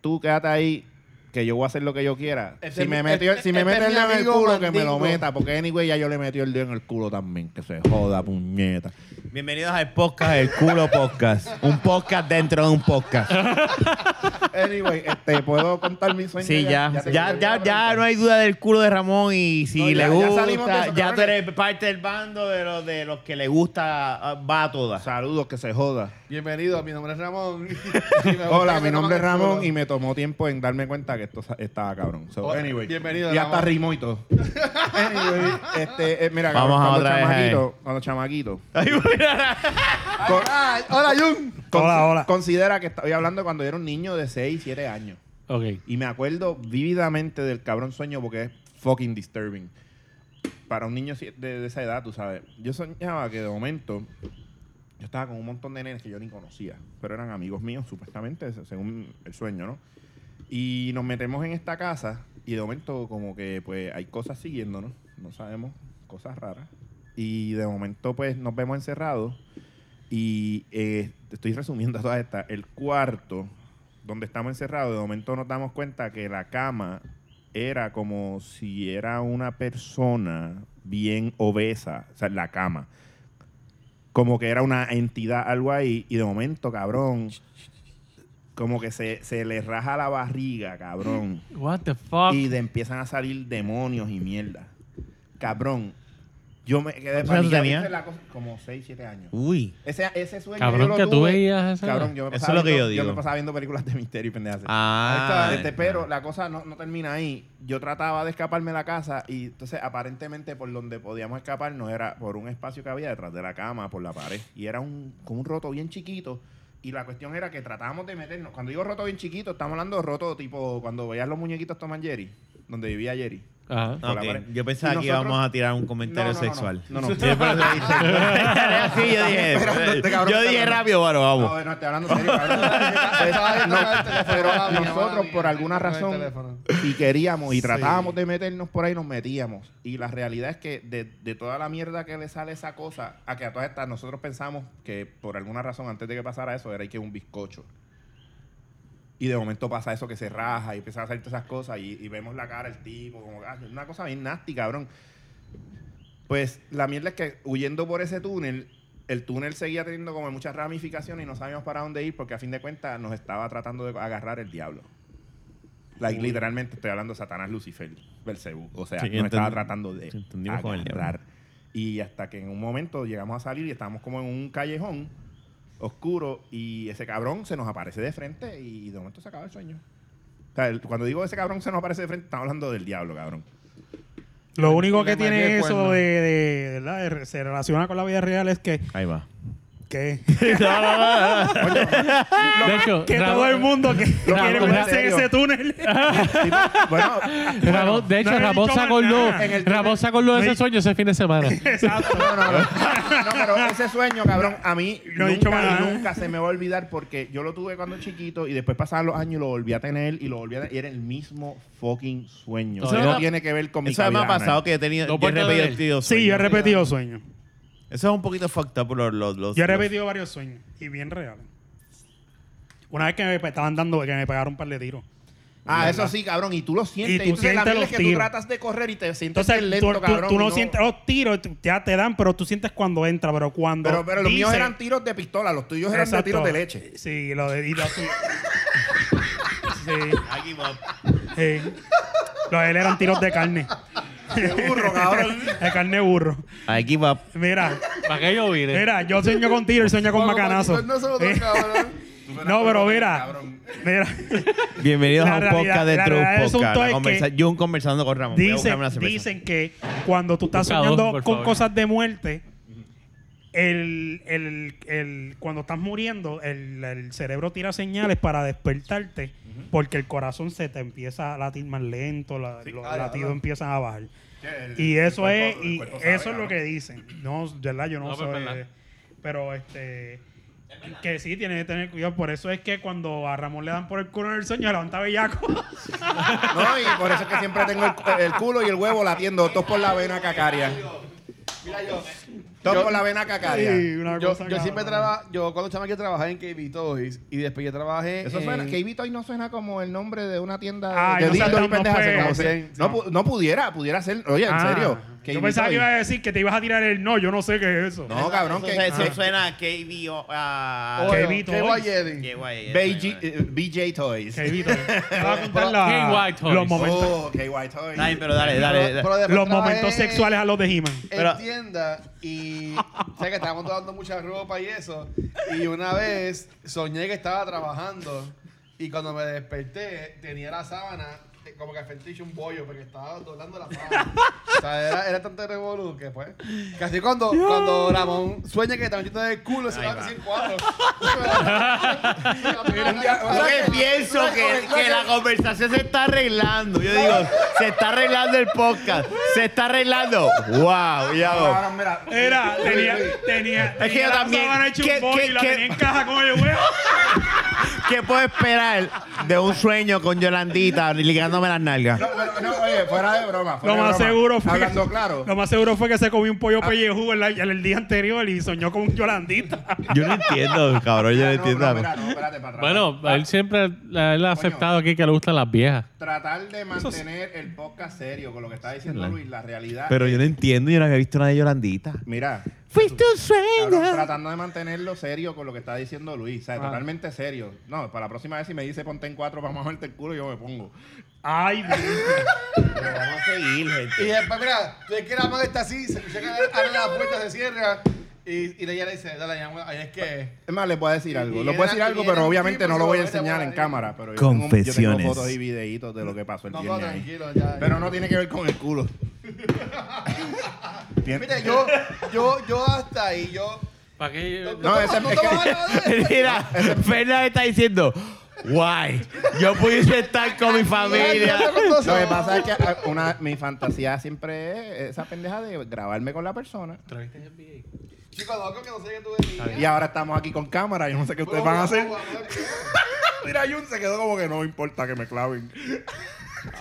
tú quédate ahí, que yo voy a hacer lo que yo quiera. Este si es me, mi- metió, este- si me este mete es el mi dedo en el amigo culo, que me lo Mandingo. meta. Porque anyway ya yo le metió el dedo en el culo también. Que se joda, puñeta. Bienvenidos al podcast El Culo Podcast. Un podcast dentro de un podcast. Anyway, este, ¿puedo contar mi sueño? Sí, ya. te- Ya, te- ya, ya no hay duda del culo de Ramón y si No, ya- le ya gusta, salimos de ya, eso, tú cabrones. eres parte del bando de los, de los que le gusta, ah, va a todas. Saludos, que se joda. Bienvenido, mi nombre es Ramón. Y me gusta Hola, que mi te nombre es coman el Ramón culo. y me tomó tiempo en darme cuenta que esto sa- estaba cabrón. So, Hola, anyway. bienvenido, Y hasta Ramón. rimó y todo. anyway, este, eh, mira, Vamos cabrón, a cuando otra vez eh. chamaquito, cuando chamaquito, Ay, mira. con- Ay, hola, Jun. con- Hola, hola. considera que estoy hablando cuando yo era un niño de 6, 7 años. Ok. Y me acuerdo vívidamente del cabrón sueño porque es fucking disturbing. Para un niño si- de, de esa edad, tú sabes. Yo soñaba que de momento yo estaba con un montón de nenes que yo ni conocía, pero eran amigos míos, supuestamente, se- según el sueño, ¿no? Y nos metemos en esta casa y de momento como que pues hay cosas siguiéndonos, no sabemos, cosas raras. Y de momento pues nos vemos encerrados y eh, te estoy resumiendo toda esta. El cuarto donde estamos encerrados, de momento nos damos cuenta que la cama era como si era una persona bien obesa, o sea, la cama. Como que era una entidad, algo ahí, y de momento, cabrón, como que se, se le raja la barriga, cabrón, What the fuck? y le empiezan a salir demonios y mierda. Cabrón, yo me quedé ¿Cuántos años paniqueado. tenía? Esa es la cosa- Como 6, 7 años. Uy. Ese, ese sueño Uh. Cabrón, yo lo que tú tuve. veías esa- Cabrón, yo me Eso es pasaba lo que viendo- yo Yo digo. me pasaba viendo películas de misterio y pendejas. Ah. Ahí está, este, pero la cosa no, no termina ahí. Yo trataba de escaparme de la casa y entonces aparentemente por donde podíamos escaparnos era por un espacio que había detrás de la cama, por la pared. Y era un, como un roto bien chiquito. Y la cuestión era que tratábamos de meternos. Cuando digo roto bien chiquito, estamos hablando de roto tipo cuando veías los muñequitos Tom and Jerry, donde vivía Jerry. Ajá. Ok, por la pared. Yo pensaba Y que nosotros- íbamos a tirar un comentario No, no, no, no. sexual. No, no. Sí, pero le dije- Sí, yo Esperando dije. este cabrón. yo dije rápido, bueno, vamos. No, no, estoy hablando en serio, cabrón. Pues, Estaba ahí tocando el teléfono, pero mami, mami, nosotros mami, por mami, alguna tocando el razón teléfono. y queríamos y tratábamos de meternos por ahí nos metíamos y la realidad es que de, de toda la mierda que le sale esa cosa a que a todas estas nosotros pensamos que por alguna razón antes de que pasara eso era que un bizcocho y de momento pasa eso que se raja y empieza a hacer todas esas cosas y, y vemos la cara del tipo como ah, una cosa bien nasty cabrón pues la mierda es que huyendo por ese túnel, el túnel seguía teniendo como muchas ramificaciones y no sabíamos para dónde ir porque a fin de cuentas nos estaba tratando de agarrar el diablo. Like, literalmente estoy hablando de Satanás, Lucifer, Belcebú. O sea, Sí, nos estaba entend- tratando de sí, entendimos con el diablo. agarrar. Y hasta que en un momento llegamos a salir y estábamos como en un callejón oscuro y ese cabrón se nos aparece de frente y de momento se acaba el sueño. O sea, el- cuando digo ese cabrón se nos aparece de frente, estamos hablando del diablo, cabrón. Lo único Le que metí tiene el eso cuerno. de, de- de- ¿verdad? de- se relaciona con la vida real es que, Ahí va. que, De hecho, que Ramón- todo el mundo que Lo quiere que- meterse en serio. ese túnel. Sí, bueno, Ramón- de hecho, no he Ramón dicho se más acordó. nada. En el- Ramón se acordó de No he- ese sueño ese fin de semana. Exacto. No, no, no. No, pero ese sueño, cabrón, a mí No he dicho nunca, más nada. nunca se me va a olvidar porque yo lo tuve cuando chiquito y después pasaban los años y lo volví a tener y lo volví a tener y era el mismo fucking sueño. Eso no era- tiene que ver con mi Eso me ha cavidad pasado anal. que he tenido. No yo he puedo repetido creer. tíos Sí, yo he sueños. repetido sueños. Eso es un poquito fucked up los. los, los- Yo he repetido varios sueños y bien reales. Una vez que me pe- estaban dando, que me pegaron un par de tiros. Ah, eso sí, cabrón. Y tú lo sientes. Y tú entonces la sientes mierda es los que tú tiros. tratas de correr y te sientes Entonces, bien Este tú, lento, tú- cabrón. tú y no, sientes los tiros, tú- ya te dan, pero tú sientes cuando entra, pero cuando. Pero, pero los míos dice- eran tiros de pistola, los tuyos eran de Exacto. Eh, tiros de leche. Sí, lo de. y lo- Sí, I give up. sí. Los de él eran tiros de carne. De burro, cabrón. De carne de burro. I give up. Mira, ¿Para qué yo vine? mira, yo sueño con tiro y sueño con macanazo. Nosotros, Eh, cabrón. No, pero mira, mira. Bienvenidos La a un realidad- podcast de la True realidad del asunto Podcast. La es conversa- Jun conversando con Ramón. Voy a buscarme una Dicen, cerveza. dicen que cuando tú estás Busca dos, soñando por con favor. cosas de muerte, el, el- el- cuando estás muriendo, el, el cerebro tira señales para despertarte porque el corazón se te empieza a latir más lento, la- Sí, los ah, ya, latidos ya. empiezan a bajar. El- Y el eso cuerpo- es, el y cuerpo eso sabe, es lo cabrón. que dicen. No, de verdad, yo no, No, sé. pero es verdad. Pero este que sí tiene que tener cuidado. Por eso es que cuando a Ramón le dan por el culo en el sueño, levanta bellaco. No, y por eso es que siempre tengo el, el culo y el huevo latiendo, todos por la vena cacaria. Mira, yo, Todos Yo- por la vena cacaria. una yo, cosa yo cabrona. siempre trabajaba, yo cuando chama que trabajé en KB Toys y después yo trabajé Eso en- suena, que Ibito ahí no suena como el nombre de una tienda de- Ah, de Eh, no, dildos no, y no pendejas, fue, como sí, se- sí. no, pu- no pudiera, pudiera ser. Oye, en Ah, serio. que yo Ibito pensaba que ahí- iba a decir que te ibas a tirar el no, yo no sé qué es eso. No, cabrón, Eso, que se- eso ah, suena a KBO. a- KB Oye, Toys. KB Jedi. Qué guay, eso, BG, eh. eh, BJ Toys. Que evito. Te va a contar Pero- la- KY Toys. los momentos, Oh, KY Toys. Está bien, pero dale, dale. Pero- pero después los momentos trabajé sexuales a los de He-Man. en Pero- tienda y o sea que estábamos dando mucha ropa y eso y una vez soñé que estaba trabajando y cuando me desperté tenía la sábana eh, como que al frente hice un bollo porque estaba doblando la sábana o sea era, era tanto revolú que pues casi cuando cuando Ramón sueña que también tiene el culo se Ahí va a va. decir cuatro Yo que pienso que, que la conversación se está arreglando. Yo digo, se está arreglando el podcast. Se está arreglando. Wow, y hago. Cabrón, mira. Era, tenía, tenía, Es que yo tenía la también- sábana hecha un ¿qué- bol y qué- la qué- tenía en caja con el huevo. ¿Qué puedo esperar de un sueño con Yolandita ligándome las nalgas? No, bueno, no, oye, fuera de broma. fuera Lo de más broma. seguro fue Hablando que, claro. Lo más seguro fue que se comió un pollo pellejudo el, el, el día anterior y soñó con un yolandita. Yo no entiendo, cabrón. Yo no Ah, no, entiendo. no, mira, no, espérate, para atrás. Bueno, él siempre él ha aceptado aquí que le gustan las viejas. Tratar de mantener el podcast serio con lo que está diciendo Claro. Luis, la realidad. Pero yo no entiendo. Yo no había visto nada de Yolandita. Mira, Fuiste un sueño. cabrón, tratando de mantenerlo serio con lo que está diciendo Luis. O sea, totalmente serio. No, para la próxima vez si me dice ponte en cuatro para mamarte el culo, yo me pongo. Ay, Dios. Pero vamos a seguir, Y gente. después, mira, de que la madre está así, se escucha que abre la puerta, se cierra. Y, y ella le dice, dale, llamo. Ahí es que. Es más, les voy a decir algo. Y Les voy a era- decir algo, y era pero un obviamente tipo no lo voy a que se enseñar en guardaba. cámara. Pero yo tengo- yo Confesiones. tengo fotos y videitos de lo que pasó el No, no, viernes ahí. tranquilo, ya. Pero no tiene que ver con el culo. Tiene- Mira, yo, yo, yo hasta ahí, yo. ¿Para qué? No, tomas- ese- no es que- tomas nada de esto. Mira, Fernanda está diciendo, guay, yo pudiese estar con mi familia. Ya, ya, ya, Lo que pasa es que ah, una, mi fantasía siempre es esa pendeja de grabarme con la persona. Chico, loco, que no sé qué tú decías. Y ahora estamos aquí con cámara. Yo no sé qué ustedes Ah, van a hacer. Mira, Jun se quedó como que no importa que me claven.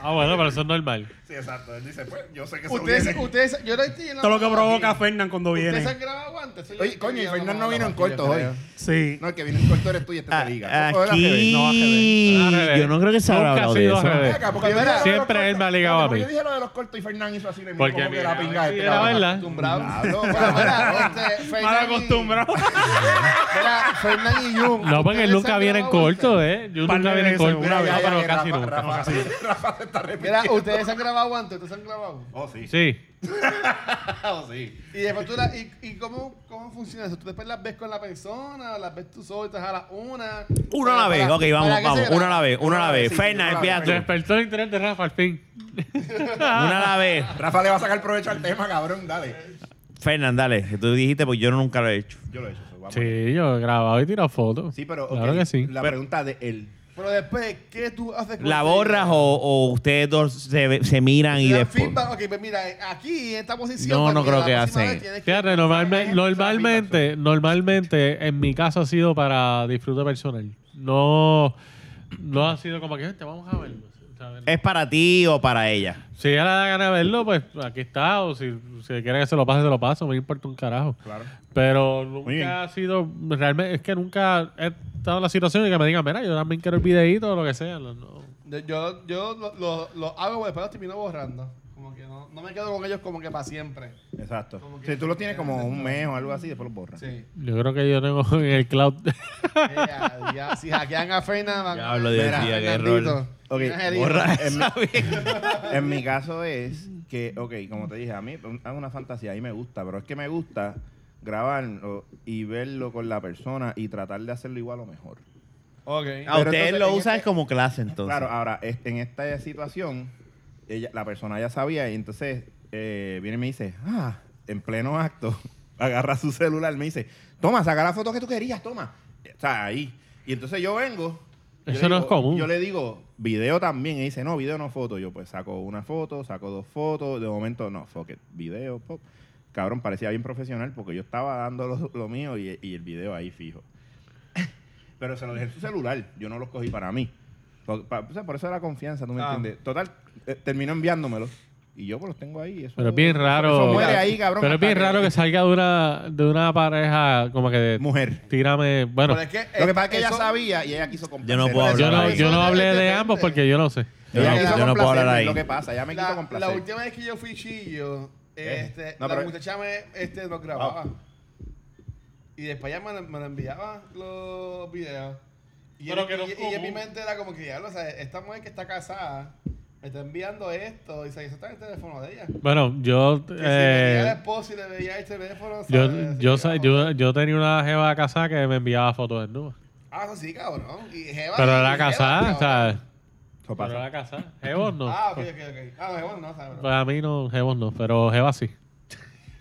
Ah, bueno, pero eso es normal. Sí, exacto. Él dice, pues, yo sé que Ustedes, ustedes, yo no estoy en la Todo lo que mano provoca aquí. Fernán cuando viene. Ustedes han grabado guantes. Eso yo Oye, estoy coño, y en la Fernán mano. no vino en corto ¿eh? hoy. Sí. No, el que vino en corto eres tú y este A- te Ah, liga. Eso fue la aquí. que- No, al revés. Al revés. Yo no creo que se habrá Nunca ha hablado de sido al eso. revés. Ven acá, porque yo dije Siempre lo de los él me cortos- ha ligado porque a mí. Yo dije lo de los cortos y Fernán hizo así. mismo, Porque como que la mira, pinga este. mira, cabrón. ¿verdad? Acostumbrado. Diablo, Pero mira, cabrón. este, Fernán Mal y- acostumbrado. Mira, Fernán y Jun. Ah, No, porque él ustedes nunca han viene en grabado corto, guantes. ¿eh? Yo Par nunca de viene en veces, corto. una Mira, ya, vez, No, ya, pero que casi Rafa- nunca. Rafa se está eh. repitiendo. Mira, ustedes han grabado guantes, ustedes han grabado. Oh, sí. Sí. Oh, sí. Y después tú la, y, y cómo, cómo funciona eso? ¿Tú después las ves con la persona? ¿Las ves tú solo y te jalas una? Uno a la Para- vez, ok, vamos, para que vamos. se Uno a grabe. la vez, uno a la vez. Sí, Fernan, uno a la empieza vez. tú. Despertó el interés de Rafa al fin. Ah, Uno a la vez. Rafa le va a sacar provecho al tema, cabrón. Dale. Fernan, dale, que tú dijiste porque yo nunca lo he hecho. Yo lo he hecho. eso, vamos. Sí, yo he grabado y tirado fotos. Sí, pero. Claro ok, que sí. La Pero- pregunta de él. Pero después, ¿qué tú haces con ¿La ella? borras o, o ustedes dos se, se miran ¿Te y dan después? feedback? Ok, pues mira, aquí en esta posición. No, pues no mira, creo la que próxima hacen. vez tienes que- Fíjate, normalme- Ejemplo, normalmente, normalmente, en mi caso ha sido para disfrute personal. No, no ha sido como que, gente, vamos a verlo. ¿sabes? ¿Es para ti o para ella? Si ella le da ganas de verlo, pues aquí está. O si, si quiere que se lo pase, se lo paso. Me importa un carajo. Claro. Pero bien. nunca ha sido, realmente, es que nunca he estado en la situación de que me digan, mira, yo también quiero el videíto o lo que sea. No, no. Yo, yo, yo lo, lo, lo hago, pero después lo termino borrando. Como que no. no, no me quedo con ellos como que para siempre. Exacto. Como que- Si tú lo tienes como un mes o algo así, después lo borras. Sí. Yo creo que yo tengo en el cloud. Ya, ya, si hackean a Fernan, van Ya hablo de Mira, día, qué Fernandito, error. Ok, tienes herido. Borra Em, en- esa bien. En mi caso es que, ok, como te dije, a mí un- es una fantasía, a mí me gusta, pero es que me gusta grabarlo y verlo con la persona y tratar de hacerlo igual o mejor. Ok. A ustedes entonces, lo en usan este- como clase, entonces. Claro, ahora, es- en esta situación, ella, la persona ya sabía y entonces eh, viene y me dice, ah, en pleno acto, agarra su celular, me dice, toma, saca la foto que tú querías, toma. Está ahí. Y entonces yo vengo. yo Eso le no digo- es común. Yo le digo, video también. Y dice, no, video no foto. Yo pues saco una foto, saco dos fotos. De momento, no, fuck it, video, pop. Cabrón, parecía bien profesional porque yo estaba dando lo, lo mío y, y el video ahí fijo. Pero se lo dejé en su celular. Yo no los cogí para mí. Por, pa- o sea, por eso era confianza, ¿tú me Ah. entiendes? Total, eh, terminó enviándomelos. Y yo pues los tengo ahí. Eso, Pero es bien eso- raro. Eso, muere ahí, cabrón. Pero es hasta bien raro que salga de una, de una pareja como que de, Mujer. tírame. Bueno, Pero es que, Lo que pasa es que ella Eh, eso- sabía y ella quiso complacer. Yo no puedo yo hablar no, ahí. yo no hablé de Depende. ambos porque yo no sé. Yo Ella no- quiso yo no puedo hablar complacerme, ahí. Lo que pasa, ella me quiso La, complacer. la última vez que yo fui chillo, Eh, este, no, la pero- muchacha me este, nos grababa. Ah. Y después ya me, la- me la enviaba los videos. Y, Pero en- que no y- es y en mi común. mente era como que, diablo, o sea, esta mujer que está casada me está enviando esto y se eso está en el teléfono de ella. Bueno, yo. Que si le veía eh, el esposo y le veía el teléfono, yo, ¿sabes? yo, Sí, sa- cabrón. yo, yo tenía una jeva casada que me enviaba fotos desnudas. Ah, eso sí, cabrón. Y jeva, Pero y era jeva, casada, cabrón. ¿sabes? Eso Pero pasa. era casada. Jevos no. Ah, ok, ok, ok. Ah, no, jeva no, ¿sabes? Para mí no, Jevos no, pero Jeva sí.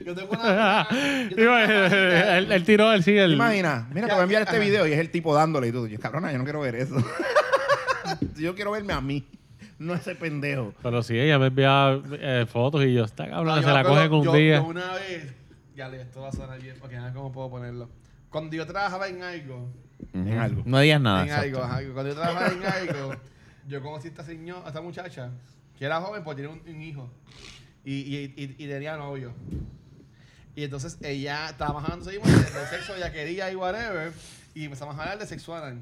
Yo tengo una- una. Ah, yo tengo Digo, una amiga- el, el tiró el sí, el. Imagina, mira, te Ya, voy a enviar este ajá. video y es el tipo dándole y tú, yo, cabrona, yo no quiero ver eso. yo quiero verme a mí, no a ese pendejo. Pero sí, ella me enviaba eh, fotos y yo, está cabrón, No, Ah, yo se me la acuerdo, cogen un yo- día. yo una vez, ya le esto va a sonar bien, porque nada, cómo puedo ponerlo. Cuando yo trabajaba en algo, En algo. No digas Ah, nada. en algo, exacto. ajá, cuando yo trabajaba en algo, yo conocí a esta señora, a esta muchacha, que era joven, pues tenía un, un hijo. Y, y, y, y tenía novio. Y entonces ella estaba bajando seguimos de de sexo, ella quería y whatever. Y empezamos a hablar de sexo anal.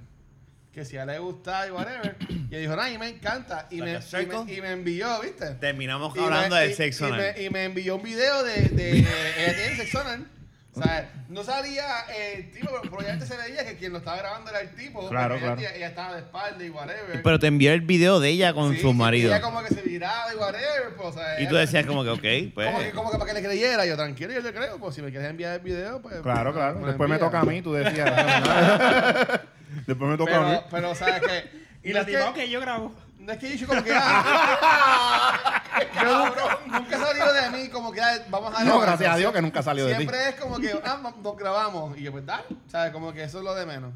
Que si a ella le gustaba y whatever. Y ella dijo, ay, me encanta. Y me, Like a y me- circle. y me envió, ¿viste? Terminamos Y hablando me- del y- sexo y anal. me- Y me envió un video de, de, ella tiene sexo anal. O sea, no sabía eh, el tipo, pero probablemente se veía que quien lo estaba grabando era el tipo. Claro, porque ella- claro. Ella estaba de espalda y whatever. Pero te envió el video de ella con Sí, su y marido. Ella como que se viraba y whatever. Pues, o sea, Y tú ella- decías como que, ok, pues... Como que, como que para que le creyera. Yo, tranquilo, yo le creo. Pues si me quieres enviar el video, pues... Claro, pues, claro. lo Después me envía. toca a mí, tú decías. Después me toca a mí. Pero, pero, o sea, que... Y la no es tipa, ok, yo grabo. No es que yo dije como que... ah, yo nunca, nunca salió de mí como que ah, vamos a... No, gracias a Dios que nunca salió de ti. Siempre es como que, ah, va- nos grabamos. Y yo, pues, dale. ¿Sabes? Como que eso es lo de menos.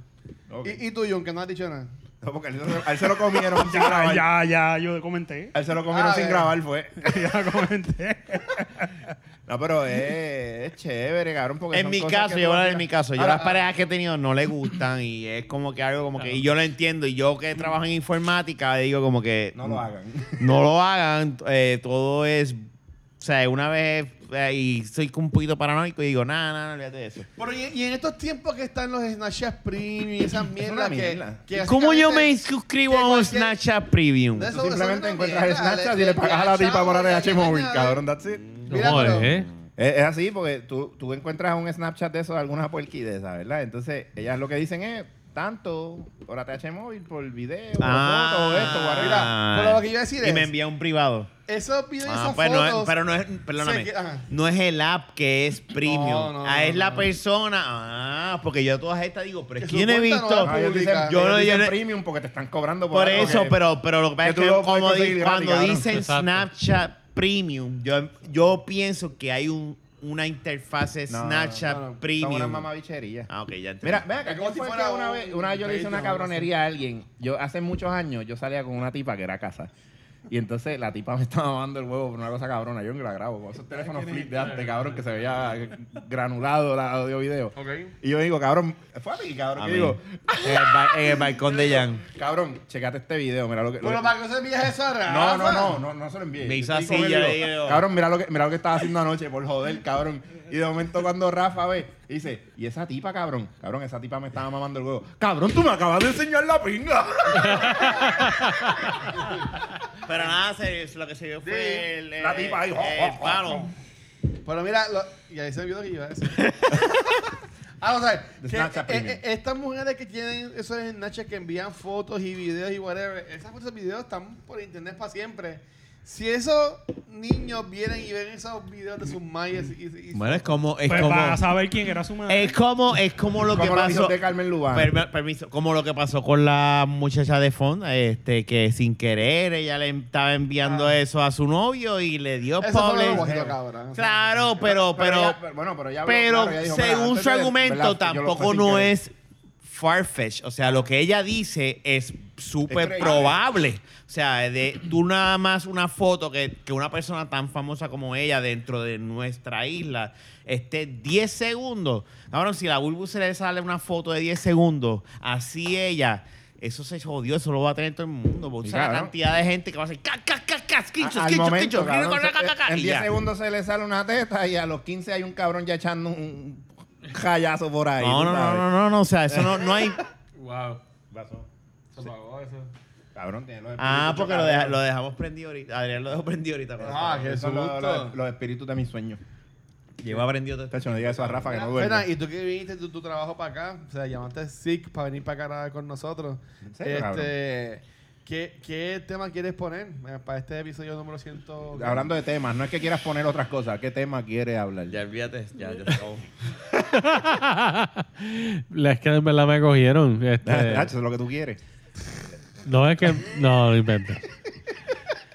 Ok. Y, y tú, John, que no has dicho nada. No, porque a él, se- a él se lo comieron sin Ya, grabar. ya, ya, yo comenté. A él se lo comieron Ah, sin ya. grabar, fue. ya comenté. No, pero es, es chévere, cabrón. Porque En son mi cosas caso, que yo tú voy a hablar hacías. en mi caso. Yo Ahora, las parejas que he tenido no le gustan y es como que algo como que... Claro. Y yo lo entiendo. Y yo que trabajo en informática digo como que... No lo hagan. No lo hagan. eh, todo es... O sea, una vez... eh, y soy un poquito paranoico y digo, nada, nada, olvídate de eso. Pero y, y en estos tiempos que están los Snapchat Premium y esas mierdas una que, mierda. que... ¿Cómo yo me básicamente- suscribo que a un cualquier- Snapchat Premium? de eso- Tú eso simplemente es una encuentras mierda, Snapchat le- y le le pagas a la tipa por achamos, ADH le móvil, añades. cabrón. That's it. Mm. Míralo. Joder, ¿eh? Es, es así, porque tú, tú encuentras un Snapchat de esos, alguna porquideza, ¿verdad? Entonces, ellas lo que dicen es tanto por ATH móvil, por video, por foto, esto, guarda. Ah. Pero lo que yo decir Y me es- envía un privado. Esos videos y Ah, esas pues no es- fotos... pero no es, perdóname, sé que- ajá. no es el app que es premium. No, no, ah, no, es la no. persona. Ah, porque yo todas estas digo, pero Que es su que yo no he cuenta no visto. va Ah, ellos dicen, Pública. Yo ellos no- yo dicen no- premium porque te están cobrando por, por algo eso, que- pero, pero lo que pasa que es tú que lo puedes como di- conseguir gratis, cuando cabrón. dicen Exacto. Snapchat Premium, yo, yo pienso que hay un, una interfaz de No, Snapchat no, no, son Son Premium. una mamabichería. ah, ok, ya entendí. Mira, ven acá, Es como ¿quién fue si fuera que una un vez, una vez yo le hice una Patreon o algo cabronería a alguien? Yo hace muchos años yo salía con una tipa que era casa. Y entonces la tipa me estaba mamando el huevo por una cosa cabrona. Yo ni la grabo con esos teléfonos flip de antes, cabrón, que se veía granulado la audio video. Ok. Y yo digo, cabrón, fue a mí, cabrón, A que mí. digo, en, el ba- en el balcón de Jan. cabrón, checate este video, mira lo que. lo Pero que- para que no se envíes eso a Rafa. no, no, no, no, no se lo envié. Me Yo hizo así, estoy con él, ya digo, le digo. Cabrón, mira lo, que, mira lo que estaba haciendo anoche, por joder, cabrón. Y de momento cuando Rafa ve, dice, ¿y esa tipa, cabrón? Cabrón, esa tipa me estaba mamando el huevo. Cabrón, tú me acabas de enseñar la pinga. Pero nada, se- lo que se vio fue Sí, el, la tipa ahí, el, jo, "Oh, jo, jo. palo. Pero mira, lo- y ahí se olvidó que iba a decir. Ah, o sea, The que, Snapchat eh, Premium. eh, estas mujeres que tienen esos Snapchat que envían fotos y videos y whatever, esas fotos y videos están por internet para siempre. Si esos niños vienen y ven esos videos de sus mayas y, y- y- Bueno, es como, es Pues como, para saber quién era su madre. es como, es como lo que Como lo dijo pasó. de Carmen Lubán. Permi- permiso, como lo que pasó con la muchacha de Fond, este, que sin querer ella le estaba enviando Ah. eso a su novio y le dio Eso fue pobre. lo bonito, cabrón. Claro, pero, pero, ella- bueno, pero ella habló pero claro, ella dijo, "Mira, según antes su de- ¿verdad? argumento Yo lo- fue tampoco sin no querer". es farfetch, o sea, lo que ella dice es súper creíble. probable. O sea, de tú nada más una foto que, que una persona tan famosa como ella dentro de nuestra isla esté 10 segundos. Cabrón, si la Bulbu se le sale una foto de 10 segundos, así ella, eso se jodió, eso lo va a tener todo el mundo. Porque Y o sea, la claro. cantidad de gente que va a hacer ca, ca, ca, ca, A- quinchos, al quinchos, momento, quinchos, cabrón, ca, ca, ca, ca, se- en y 10 ya. segundos se le sale una teta y a los 15 hay un cabrón ya echando un jayazo por ahí. No, tú no, no, sabes. no, no, no, o sea, eso no, no hay... Wow. Pasó. Se apagó eso. Cabrón, tiene los Ah, espíritus porque lo, chocados. deja- lo dejamos prendido ahorita. Adrián lo dejó prendido ahorita. cuando Ah, estaba- qué Esos son los, susto. los- los espíritus de mis sueños. Lleva prendido todo este- Tacho, no diga eso a Rafa que no duerme. Espera, y tú que viniste tu, tu trabajo para acá, o sea, llamaste a Sick para venir para acá a grabar con nosotros. ¿En serio, este, ¿qué, ¿Qué tema quieres poner eh, para este episodio número 100? Hablando de temas, no es que quieras poner otras cosas, ¿qué tema quieres hablar? Ya, olvídate. Ya, ya se acabó. Es que en verdad me cogieron. este, Tacho, eso es lo que tú quieres. no es que. No, no inventes.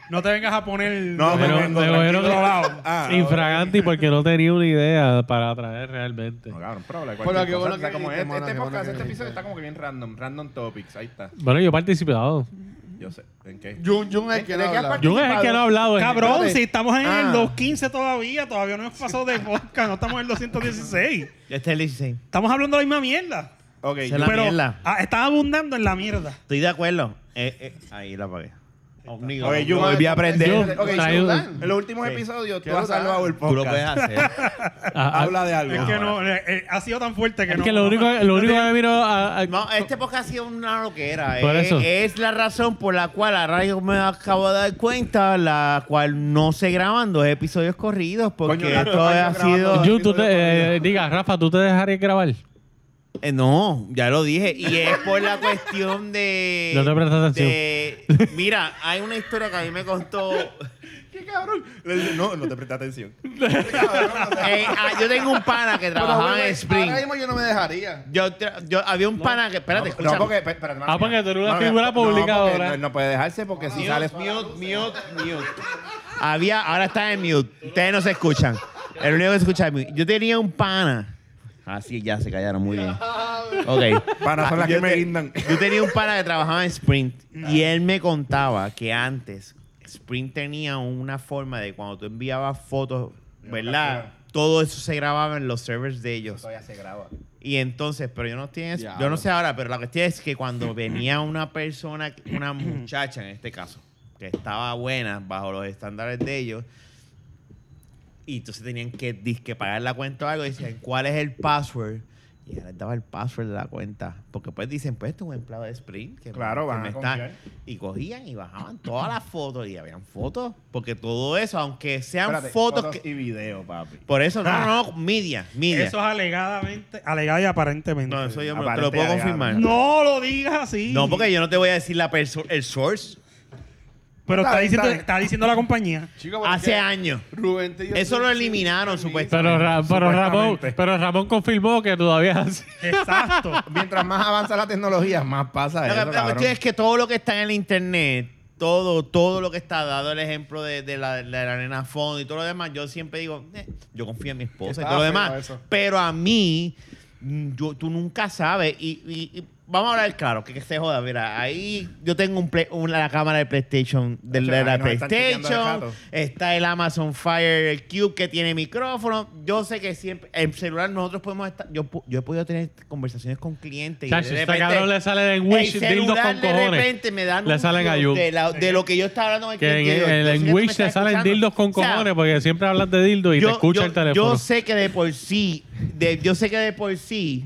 No te vengas a poner. No, Pero me vengo, me cogieron tranquilo. infraganti Ah, porque no tenía una idea para traer realmente. No, cabrón, pero habla de Bueno, cualquier qué cosa, bueno o sea, que como viniste, este, mano, este qué bueno podcast, que este viniste. episodio está como que bien random, random topics, ahí está. Bueno, yo he participado. Yo sé, ¿en qué? Jun, Jun es el que ¿De qué no has habla. participado? Yo es el que no ha hablado. este- es- Cabrón, si estamos en Ah. el 215 todavía, todavía no hemos pasado de podcast, no estamos en el 216. Este es el 16. Estamos hablando de la misma mierda. Ok, Se yo- la- Pero mierda. ah, está abundando en la mierda. Estoy de acuerdo. Eh, eh, ahí la apagué. Omnigo. Ok, yo volví a aprender. Yo- Ok, Trae- yo- Jun, en los últimos Sí. episodios tú Quiero has salvado el podcast. Tú lo puedes hacer. Ah, ah, Habla de algo. Es que no, eh, eh, ha sido tan fuerte que es no. que lo único, lo único que me vino a, a- No, este podcast ha sido una loquera. Por eh. eso. Es la razón por la cual a radio me acabo de dar cuenta, la cual no se graban dos episodios corridos, porque Coño, Nacho, esto años ha sido... grabando. Jun, tú te, eh, diga, Rafa, ¿tú te dejarías grabar? Eh, no, ya lo dije. Y es por la cuestión de. No te prestas atención. de- mira, hay una historia que a mí me eh, contó. ¿Qué cabrón? Le dice, No, no te presta atención. Eh, ah, yo tengo un pana que Pero, trabajaba bueno, en Spring. Ahora mismo yo no me dejaría. Yo, tra- yo- había un pana que. Espérate, no, escucha. porque, espérate, espérate, Ah, porque tú eres una mira, figura no, porque pública ahora. No, no puede dejarse porque Ah. si sales... mute, mute, mute. Había, ahora está en mute. Ustedes no se escuchan. El único que se escucha es mute. Yo tenía un pana. Así ya se callaron muy bien. Ok. Para son las Ah, Yo que me te- guindan. Ah. Yo tenía un pana que trabajaba en Sprint y él me contaba que antes Sprint tenía una forma de cuando tú enviabas fotos, ¿verdad? Todo eso se grababa en los servers de ellos. Todavía se graba. Y entonces, pero yo no estoy en- yo no Diablo. sé ahora, pero la cuestión es que cuando venía una persona, una muchacha en este caso, que estaba buena bajo los estándares de ellos, y entonces tenían que disque pagar la cuenta o algo, y decían, ¿cuál es el password? Y ya les daba el password de la cuenta. Porque pues dicen, pues esto es un empleado de Sprint. Que Claro, que van a confiar. Y cogían y bajaban todas las fotos y habían fotos. Porque todo eso, aunque sean Espérate, fotos, que... y video, papi. Por eso, no, no, media, media. Eso es alegadamente, alegada y aparentemente. No, No, eso yo me- te lo puedo Aparente, confirmar. lo digas así. No, porque yo no te voy a decir la perso- el source. Pero está, Está bien, diciendo, está bien. está diciendo la compañía. Chico, ¿por Hace qué? años. Rubén te dio- Eso lo eliminaron, supuestamente. Pero, Ra- pero, Ramón, Supuestamente. pero Ramón confirmó que todavía así. Exacto. Mientras más avanza la tecnología, más pasa La, eso, la cabrón. cuestión es que todo lo que está en el internet, todo, todo lo que está dado el ejemplo de, de la, de la nena fondo y todo lo demás, yo siempre digo, "Eh, yo confío en mi esposa y Está todo lo feo demás. eso. Pero a mí, mm, yo- tú nunca sabes. Y, y- y vamos a hablar claro, que, que se joda. Mira, ahí yo tengo un play- una cámara de PlayStation, de, Nacho, de la ahí nos están chequeando de PlayStation. rato. Está el Amazon Fire Cube que tiene micrófono. Yo sé que siempre, en celular nosotros podemos estar. Yo, pu- yo he podido tener conversaciones con clientes. y de Chacho, este repente- cabrón le sale en Wish el dildos celular con de cojones. repente me dan Le un salen feel ayú. de, la- de lo que yo estaba hablando con el Que en, cliente. Yo- yo en- en sé que tú me Wish te estás salen escuchando. dildos con O sea, cojones porque siempre hablas de dildos y te escucha el teléfono. yo sé que de por sí, de- yo sé que de por sí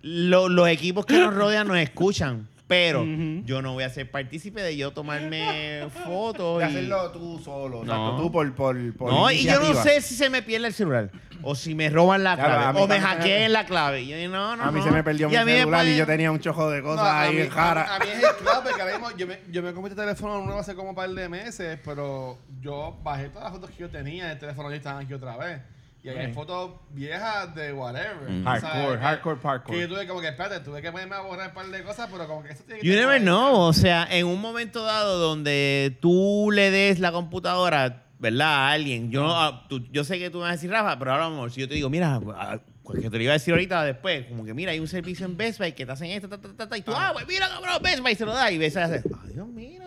lo- los equipos que nos rodean nos escuchan. pero Ujú. yo no voy a ser partícipe de yo tomarme fotos. De y- hacerlo tú solo, No. exacto, tú por, por, por No, y yo no iniciativa. sé si se me pierde el celular o si me roban la Claro, a clave mí o me también- hackean la clave. Y yo, no, no, A mí no. se me perdió Y mi a mí me celular y pueden- yo tenía un chojo de cosas No, a, ahí mí, en jara. a mí- a mí es el clave, porque ahora mismo yo me, yo me compré este teléfono nuevo hace como un par de meses, pero yo bajé todas las fotos que yo tenía del teléfono y estaban aquí otra vez. Y ahí hay fotos viejas de whatever. Mm. O sea, Hardcore, que- hardcore, Que yo hardcore. tuve como que, espérate, tuve que ponerme a borrar un par de cosas, pero como que eso tiene que You tener- never know. O sea, en un momento dado donde tú le des la computadora, ¿verdad? A alguien. Yo, no- ah, tú- yo sé que tú me vas a decir, Rafa, pero ahora, amor, si yo te digo, mira, ah, pues que te lo iba a decir ahorita después, como que mira, hay un servicio en Best Buy que te hacen esto, ta, ta, ta, ta, y tú, ah, pues mira, cabrón, Best Buy, y se lo da. Y ves, hace, ay, Dios, mira.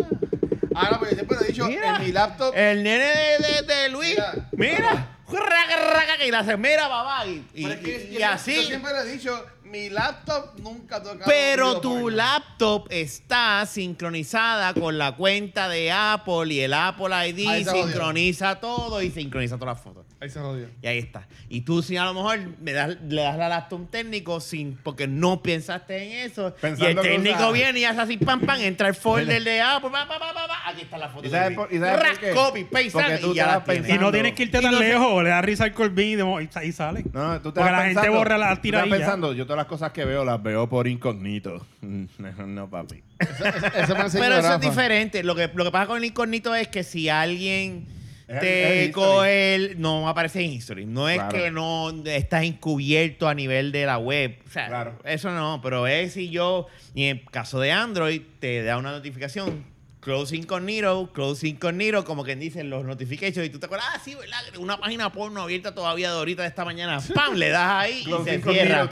Ah, no, pues yo siempre lo he dicho, Mira. en mi laptop. El nene de, de- de Luis, Mira. mira, raca, raca, que le hace, mira, papá, y, y- pero es que y- yo- y así. Yo siempre lo he dicho, mi laptop nunca toca. Pero tu laptop está sincronizada con la cuenta de Apple y el Apple Ahí ID está jodido. sincroniza todo y sincroniza todas las fotos. Ahí se jodió. Y ahí está. Y tú si a lo mejor me das, le das la laptop a un técnico sin, porque no pensaste en eso. Pensando y el que técnico usaba. viene y hace así pam pam, entra el folder de Apple, pa, pa, pa, pa, pa, aquí está la foto. ¿Y sabes de- por- y sabes Ras, por qué? copy, paste, Porque saca, tú y ya la estabas tienes. Y no pensando. tienes que irte Y tan no sé- lejos, le das risa al Corbin y, de- y- y sale. No, no, tú te Porque vas la gente pensando- borra la tú te tiradilla. vas pensando, yo todas las cosas que veo las veo por incógnito. No, no, papi. Eso me enseñó Pero eso Rafa. es diferente. Lo que, lo que pasa con el incógnito es que si alguien Es- te es history. coge el- No aparece en history. No es Claro. que no estás encubierto a nivel de la web. O sea, Claro. eso no. Pero es si yo, y en el caso de Android, te da una notificación. Close incognito, close incognito, como quien dicen los notifications. Y tú te acuerdas, ah, sí, ¿verdad? Una página porno abierta todavía de ahorita de esta mañana. ¡Pam! Le das ahí y se cierra.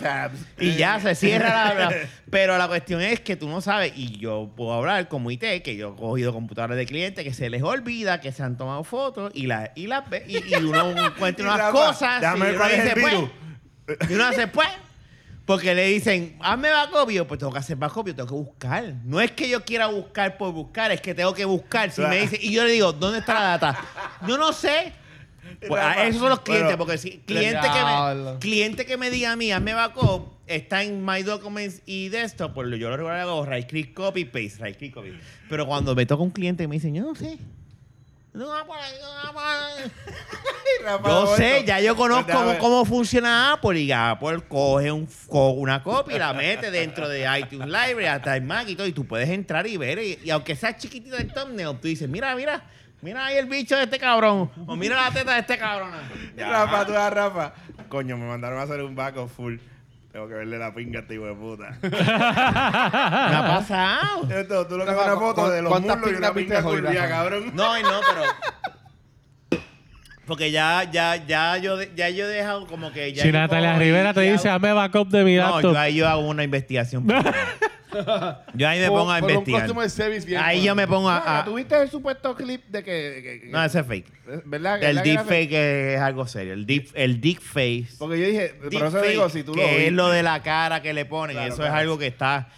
Y Eh. ya se cierra la, la- Pero la cuestión es que tú no sabes, y yo puedo hablar como IT, que yo he cogido computadores de clientes que se les olvida que se han tomado fotos y las y las ve, y, y uno encuentra unas Rafa, cosas. déjame ver y uno cuál es el pues, virus. y uno hace pues. Porque le dicen, hazme bacopio, pues tengo que hacer bacopio, tengo que buscar. No es que yo quiera buscar por buscar, es que tengo que buscar. Si me dicen, y yo le digo, ¿dónde está la data? Yo no sé. Pues, ah, esos son los clientes, Bueno, porque si cliente que, me, diablo. cliente que me diga a mí, hazme backup, está en My Documents y Desktop, pues yo lo regular hago right click copy, paste, right click copy. Pero cuando me toca un cliente y me dicen, yo no sé. No va por ahí, no va por ahí. Yo sé, ya yo conozco cómo, cómo funciona Apple y Apple coge un, co- una copia y la mete dentro de iTunes Library hasta el Mac y todo. Y tú puedes entrar y ver. Y, y aunque sea chiquitito el thumbnail, tú dices, mira, mira, mira ahí el bicho de este cabrón. O mira la teta de este cabrón. Rafa, tú a Rafa. Coño, me mandaron a hacer un backup full. Tengo que verle la pinga a este hijo de puta. Me ha pasado. Esto, tú lo que Rafa, ves es una foto ¿cu- de los cuántas muslos y pingas una viste pinga hoy, curvia, Rafa? cabrón. No, y no, pero... Porque ya, ya, ya yo, de- ya yo he dejado como que... Ya si yo Natalia cojo y Rivera te ya- dice, hazme backup de mi No, laptop. yo ahí yo hago una investigación. Yo ahí me Por- pongo a por investigar. Un customer service bien Ahí yo me bueno. pongo a. a- ¿Tuviste el supuesto clip de que... que- que- ah. no, ese es fake. ¿Verdad? El ¿Verdad que era deep fake es, es algo serio. El deep, el deep face. Porque yo dije, por eso Deepfake, digo, si tú lo que es viste- lo de la cara que le ponen. Claro, eso claro. es algo que está.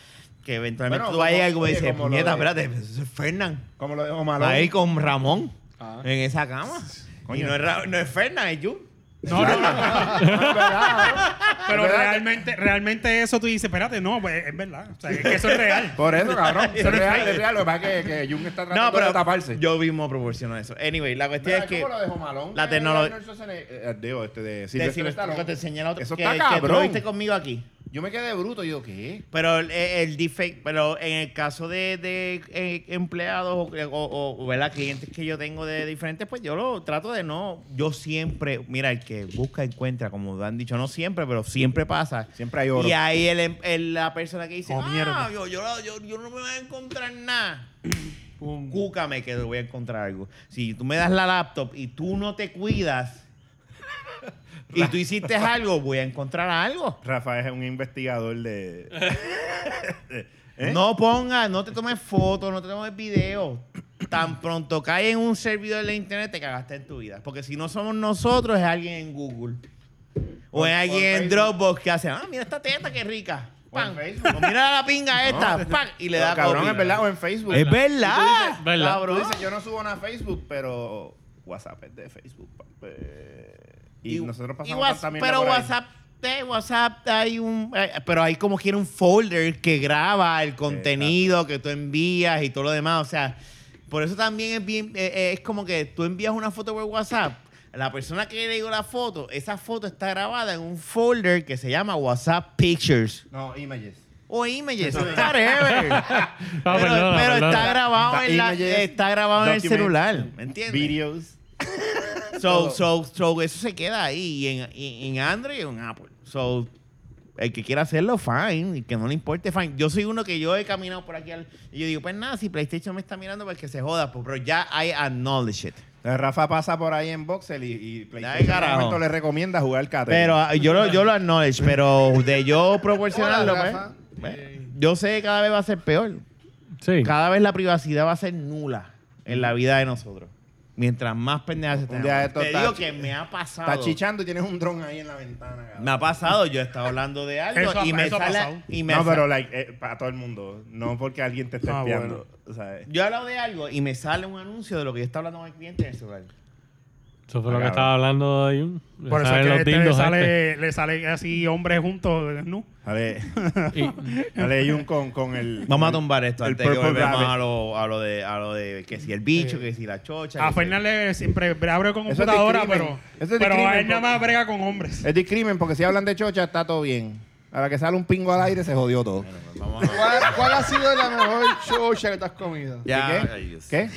Que eventualmente Bueno, tú vas a como- llegar y como oye, dices, como lo puñeta, de- espérate, eso es Fernán. Como lo de Omalón. Ahí con Ramón. Ah. En esa cama. Y Coño. no es, Ra- no es Fernán, es Jun. No, no, no. Pero ¿Verdad? realmente, realmente eso tú dices, espérate, no, pues es verdad. O sea, es que eso es real. Por eso, cabrón. es real, es real. Lo que pasa es que, que Jung está tratando No, pero de taparse. yo mismo proporciono eso. Anyway, la cuestión Mira, es que. ¿cómo lo de Omalón? la Eh, tecnolo- Arnold Schwarzenegger- eh, Digo, este de Te, Sylvester Stallone. te enseñé la otra. Eso que- está que tú lo cabrón. viste conmigo aquí. Yo me quedé bruto. Yo, ¿qué? Pero el, el deepfake, pero en el caso de, de, eh, empleados o, o- o, ¿verdad? clientes que yo tengo de diferentes, pues yo lo trato de no. Yo siempre, mira, el que busca encuentra, como lo han dicho, no siempre, pero siempre pasa. Siempre hay oro. Y ahí el, em- el- la persona que dice, Oh, ah, mierda. yo, yo, yo- yo no me voy a encontrar nada. Cúcame que voy a encontrar algo. Si tú me das la laptop y tú no te cuidas y tú hiciste algo, voy a encontrar algo. Rafa es un investigador de... ¿Eh? No pongas, no te tomes fotos, no te tomes videos. Tan pronto cae en un servidor de internet, te cagaste en tu vida. Porque si no somos nosotros, es alguien en Google. O es alguien en Dropbox que hace, ah, mira esta teta, qué rica. O en Pan. Facebook. O mira la pinga esta, pan, y le da No, Cabrón, copy. es verdad. O en Facebook. Es verdad. dices, ¿verdad? Tú Cabrón. dices, yo no subo nada a Facebook, pero WhatsApp es de Facebook. papi. Y, nosotros pasamos y Whats- tanta mierda Pero por ahí. WhatsApp de WhatsApp hay un. eh, Pero hay como quiera un folder que graba el contenido que tú envías y todo lo demás. O sea, por eso también es bien. eh, eh, es como que tú envías una foto por WhatsApp. La persona que le dio la foto, esa foto está grabada en un folder que se llama WhatsApp Pictures No, images. o Images, whatever. Ah, pero perdona, pero está perdona. grabado Está en la- images, está grabado en el documents, celular, ¿me entiendes? Videos. So, so, so, eso se queda ahí y en, y- en Android y en Apple. So, el que quiera hacerlo, fine. Y que no le importe, fine. Yo soy uno que yo he caminado por aquí al- y yo digo, pues nada, si PlayStation me está mirando, pues que se joda. pues, Pero ya I acknowledge it. Rafa pasa por ahí en Voxel y, y PlayStation Ay, en un carajo. momento le recomienda jugar Catering. Pero ah, yo lo, yo lo acknowledge, pero de yo proporcionarlo, Hola, pues, Rafa. pues, Bien. yo sé que cada vez va a ser peor. Sí. Cada vez la privacidad va a ser nula en la vida de nosotros. Mientras más pendejas se Un día tengan. esto Te está digo chi- que me ha pasado. Está chichando y tienes un dron ahí en la ventana. cabrón. Me ha pasado, yo he estado hablando de algo Eso ha- y me eso ha sale pasado. y me No, sa- pero like, eh, para todo el mundo. No porque alguien te esté Ah, espiando. o sea, eh, yo he hablado de algo y me sale un anuncio de lo que yo estaba hablando con el cliente en el celular. Eso fue lo Acá, que estaba hablando de Jun. Le Por eso es salen que los este le, dildos sale, le sale así hombres juntos, ¿no? Dale, este. Y- dale Jun con, con el... Vamos a tumbar esto El antes que Purple volvemos Rabbit. a lo, a lo de a lo de que si el bicho, que si la chocha. que A si- Fernández siempre abre con Eso es computadora, discrimen. pero, Eso es pero discrimen, a él nada porque- Eh, más brega con hombres. Es discrimen porque si hablan de chocha está todo bien. Ahora que sale un pingo al aire se jodió todo. Vamos a- ¿Cuál, cuál ha sido la mejor chocha que te has comido? ya, ¿Y ay, Dios. ¿Qué?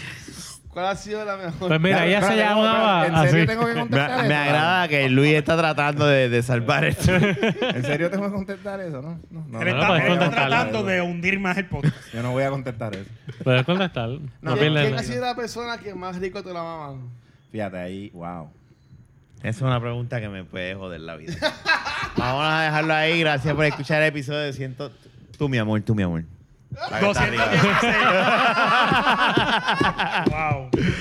¿Cuál ha sido la mejor? Pues mira, Ya, ella se espérate, no, llamaba espérate, ¿En serio así. tengo que Me, contestar eso? me agrada que Luis está tratando de, de salvar esto. ¿En serio tengo que contestar eso? No, no, no. no, él está, puedes él está contestarla. tratando de hundir más el podcast. Yo no voy a contestar eso. Puedes contestar. No, ¿Quién- pierdes ¿Quién nada. ha sido la persona que más rico te la maman? Fíjate ahí, wow. Esa es una pregunta que me puede joder la vida. Vamos a dejarlo ahí. Gracias por escuchar el episodio de 100. Tú, mi amor, tú, mi amor. La que está arriba. 216.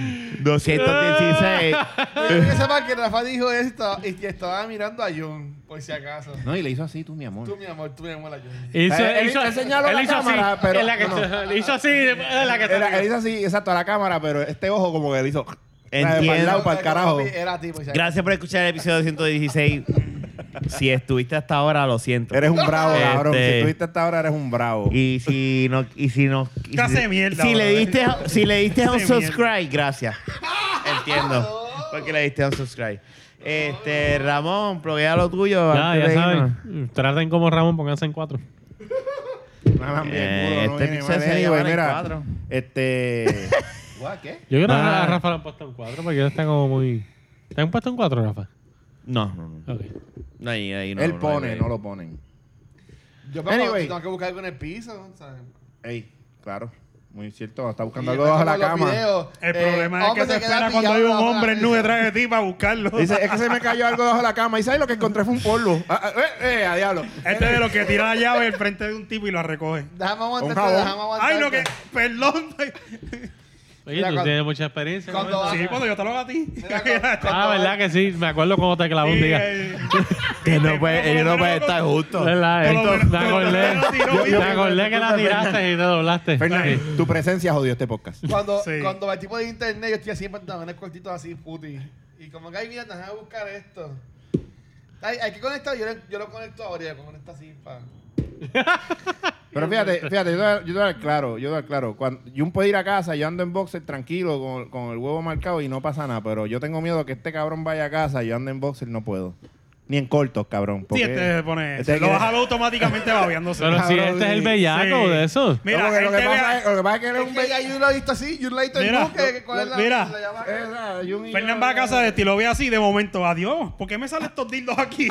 wow. 216. Yo quiero que sepa que Rafa dijo esto y que estaba mirando a John, por si acaso. No, y le hizo así tú, mi amor. Tú, mi amor, tú, mi amor, a John. Hizo, Él- él hizo, te señaló él la hizo cámara, así, pero- en la que- no. hizo así, en la que Era, él hizo así, exacto, a la cámara, pero este ojo como que le hizo... Este Entiendo. Para el lado, para el carajo. Era a ti, por si acaso. Gracias por escuchar el episodio 116. Si estuviste hasta ahora, lo siento. Eres un bravo, Este- cabrón. Si estuviste hasta ahora, eres un bravo. Y si no, y si no, y Clase si, de mierda, si le brother. diste, a- si le diste a un Clase de subscribe, gracias. Entiendo. Porque le diste a un subscribe. Este, Ramón, ploguea lo tuyo. Ya, antes ya de irnos. saben. Traten como Ramón, pónganse en cuatro. Nada, mi Eh, culo, no este viene, episodio madre, se anyway, llama El mira, Cuadro. Este. ¿Qué? Yo creo que Ah. a Rafa le han puesto en cuatro porque él está como muy. ¿Te han puesto en cuatro, Rafa? No, no, no. Ok. No, ahí- ahí no, él no, pone, ahí- no lo ponen. Yo me Anyway. tengo que buscar algo en el piso, ¿sabes? Ey, claro. Muy cierto. Está buscando Y algo bajo la los cama. videos, El eh, problema es hombre que se se queda espera cuando hay pillado un bajo la hombre nu mesa. detrás de ti para buscarlo. Dice, es que se me cayó algo bajo la cama. Y sabes lo que encontré fue un polvo. Ah, ah, eh, eh, a diablo. Este es de los que tira la llave al frente de un tipo y la recoge. Déjame aguantarte, Un jabón. déjame aguantarte. Ay, no, que. Perdón. Oye, Mira, tú cuando- tienes mucha experiencia. cuando- ¿no? Ah, Sí, cuando yo te lo hago a ti. Este, Mira, cuando- Ah, verdad que sí. Me acuerdo cómo te clavó Ah, un día. Él no puede, él no puede estar justo. ¿Verdad? Por lo Esto- Me menos- acordé. por lo menos tiró Me bien. acordé que la tiraste y te doblaste. Fernández, Sí. tu presencia jodió este podcast. Cuando, Sí. cuando me tipo de internet, yo estoy así en pantalones cortitos así, puti. Y como que, ay, mira, déjame buscar esto. Ay, hay que conectar, yo, lo- yo lo conecto ahora, yo lo conecto así, pa. Pero fíjate, fíjate, yo te voy a- yo te voy a dar claro, yo te voy a dar claro. Cuando, Jun puede ir a casa, yo ando en boxer tranquilo con, con el huevo marcado y no pasa nada. Pero yo tengo miedo que este cabrón vaya a casa, yo ando en boxer, no puedo. Ni en cortos, cabrón. Sí, porque- este se pone. Este lo que- baja automáticamente babeándose. Pero si Cabrón, este es el sí. bellaco Sí. de eso. No, Mira, porque lo, él que te ve pasa a- es, lo que pasa es que él es Es un que ya yo lo he visto así, yo lo he visto en Mira, buque. ¿Cuál es la, mira. la llamada? Eh, bello. Fernan va a casa de ti, lo ve así de momento. Adiós. ¿Por qué me salen estos dildos aquí?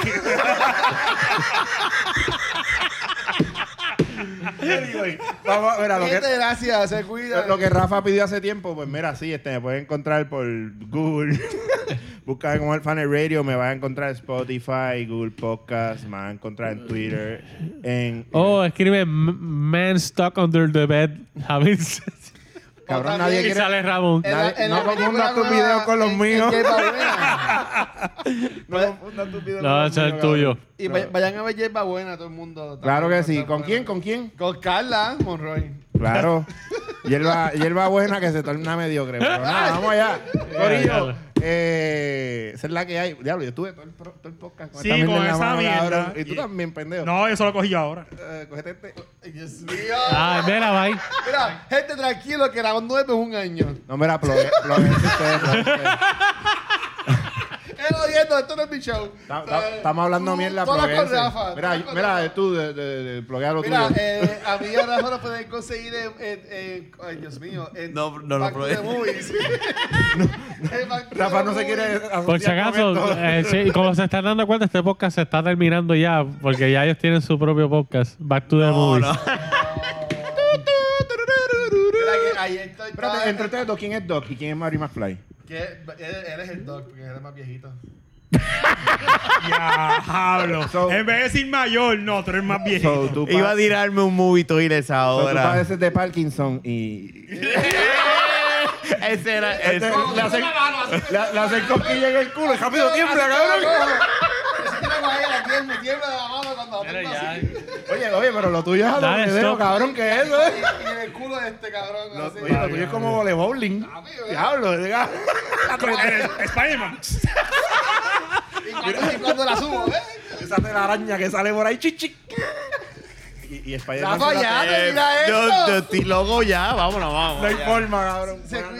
Vamos, mira, lo que, Gente, gracias, se cuida. lo que Rafa pidió hace tiempo, pues mira, sí, este, me pueden encontrar por Google. Busca como Alfanet Radio, me van a encontrar en Spotify, Google Podcast, me van a encontrar en Twitter, en... Oh, escribe "M- Man stuck under the bed having sex". cabrón, también- nadie Y quiere... sale Ramón. En la- en no la película confundas tus nueva, videos con los en- Pues, en míos. J Balvin. No confundas tus videos No, con los ese es míos, cabrón. el tuyo. Y vay- vayan a ver Yerba Buena, todo el mundo. Claro que También, sí. Yerba ¿Con Buena. quién? ¿Con quién? Con Carla Monroy. Claro. Hierba, hierba buena que se torna mediocre. Pero nada, vamos allá. Corillo, Eh, esa es la que hay. Diablo, yo estuve todo el, pro- todo el podcast Sí, mierda con en la esa mano, mierda. cabrón. Y tú también, pendejo. No, eso lo cogí yo ahora. Eh, cógete este. Ay, Dios mío. Ah, mira, bye. Mira, gente tranquilo que la nueve es un año. No, mira, este, plogue, plogue ustedes, plogue ustedes. Él oyendo, esto no es mi show. Ta- ta- Estamos hablando mierda, Todas ploguense. con Rafa. Mira, todas yo- con Rafa. mira, tú, de, de, de, ploguea lo Mira, tuyo. eh, a mí ahora solo pueden conseguir en, en- en- Ay, Dios mío. En No, no lo Back to the probé. Movies. En Back to Rafa the no se Movies. quiere asociar Por si con acaso, esto. eh, sí, como se están dando cuenta, este podcast se está terminando ya, porque ya ellos tienen su propio podcast. Back to the No, movies. no. Mira que ahí estoy. Espérate, entre ustedes dos, ¿quién es Doc y quién es Mary McFly? Que él, él es el dog, porque él es más viejito. Ya, Pablo. en vez de decir mayor, no, tú eres más viejo. So, tú Iba pa- a tirarme un movie toilets so, tú ahora. padeces de Parkinson y... Ese era. Le ese- le hacen le- le hacen cosquilla en el culo y rápido tiembla, Así cabrón. que la cojo. Así que la cojo, la tiembla, tiembla la mano cuando la tengo así. Oye, oye, pero lo tuyo es a Dale, doble dedo, stop. cabrón, que es eso, eh? Y en el culo de este cabrón. Lo- así. Oye, lo tuyo es como vole bowling. Diablo, diga. Ah, eh, Spider-Man. Y cuando, y cuando la subo, ¿eh? Esa telaraña que sale por ahí, chichi. Y, y Spider-Man. Rafa, se la- ya, termina yo, esto. yo estoy loco ya. Vámonos, vamos. No hay forma, cabrón. Se Buenas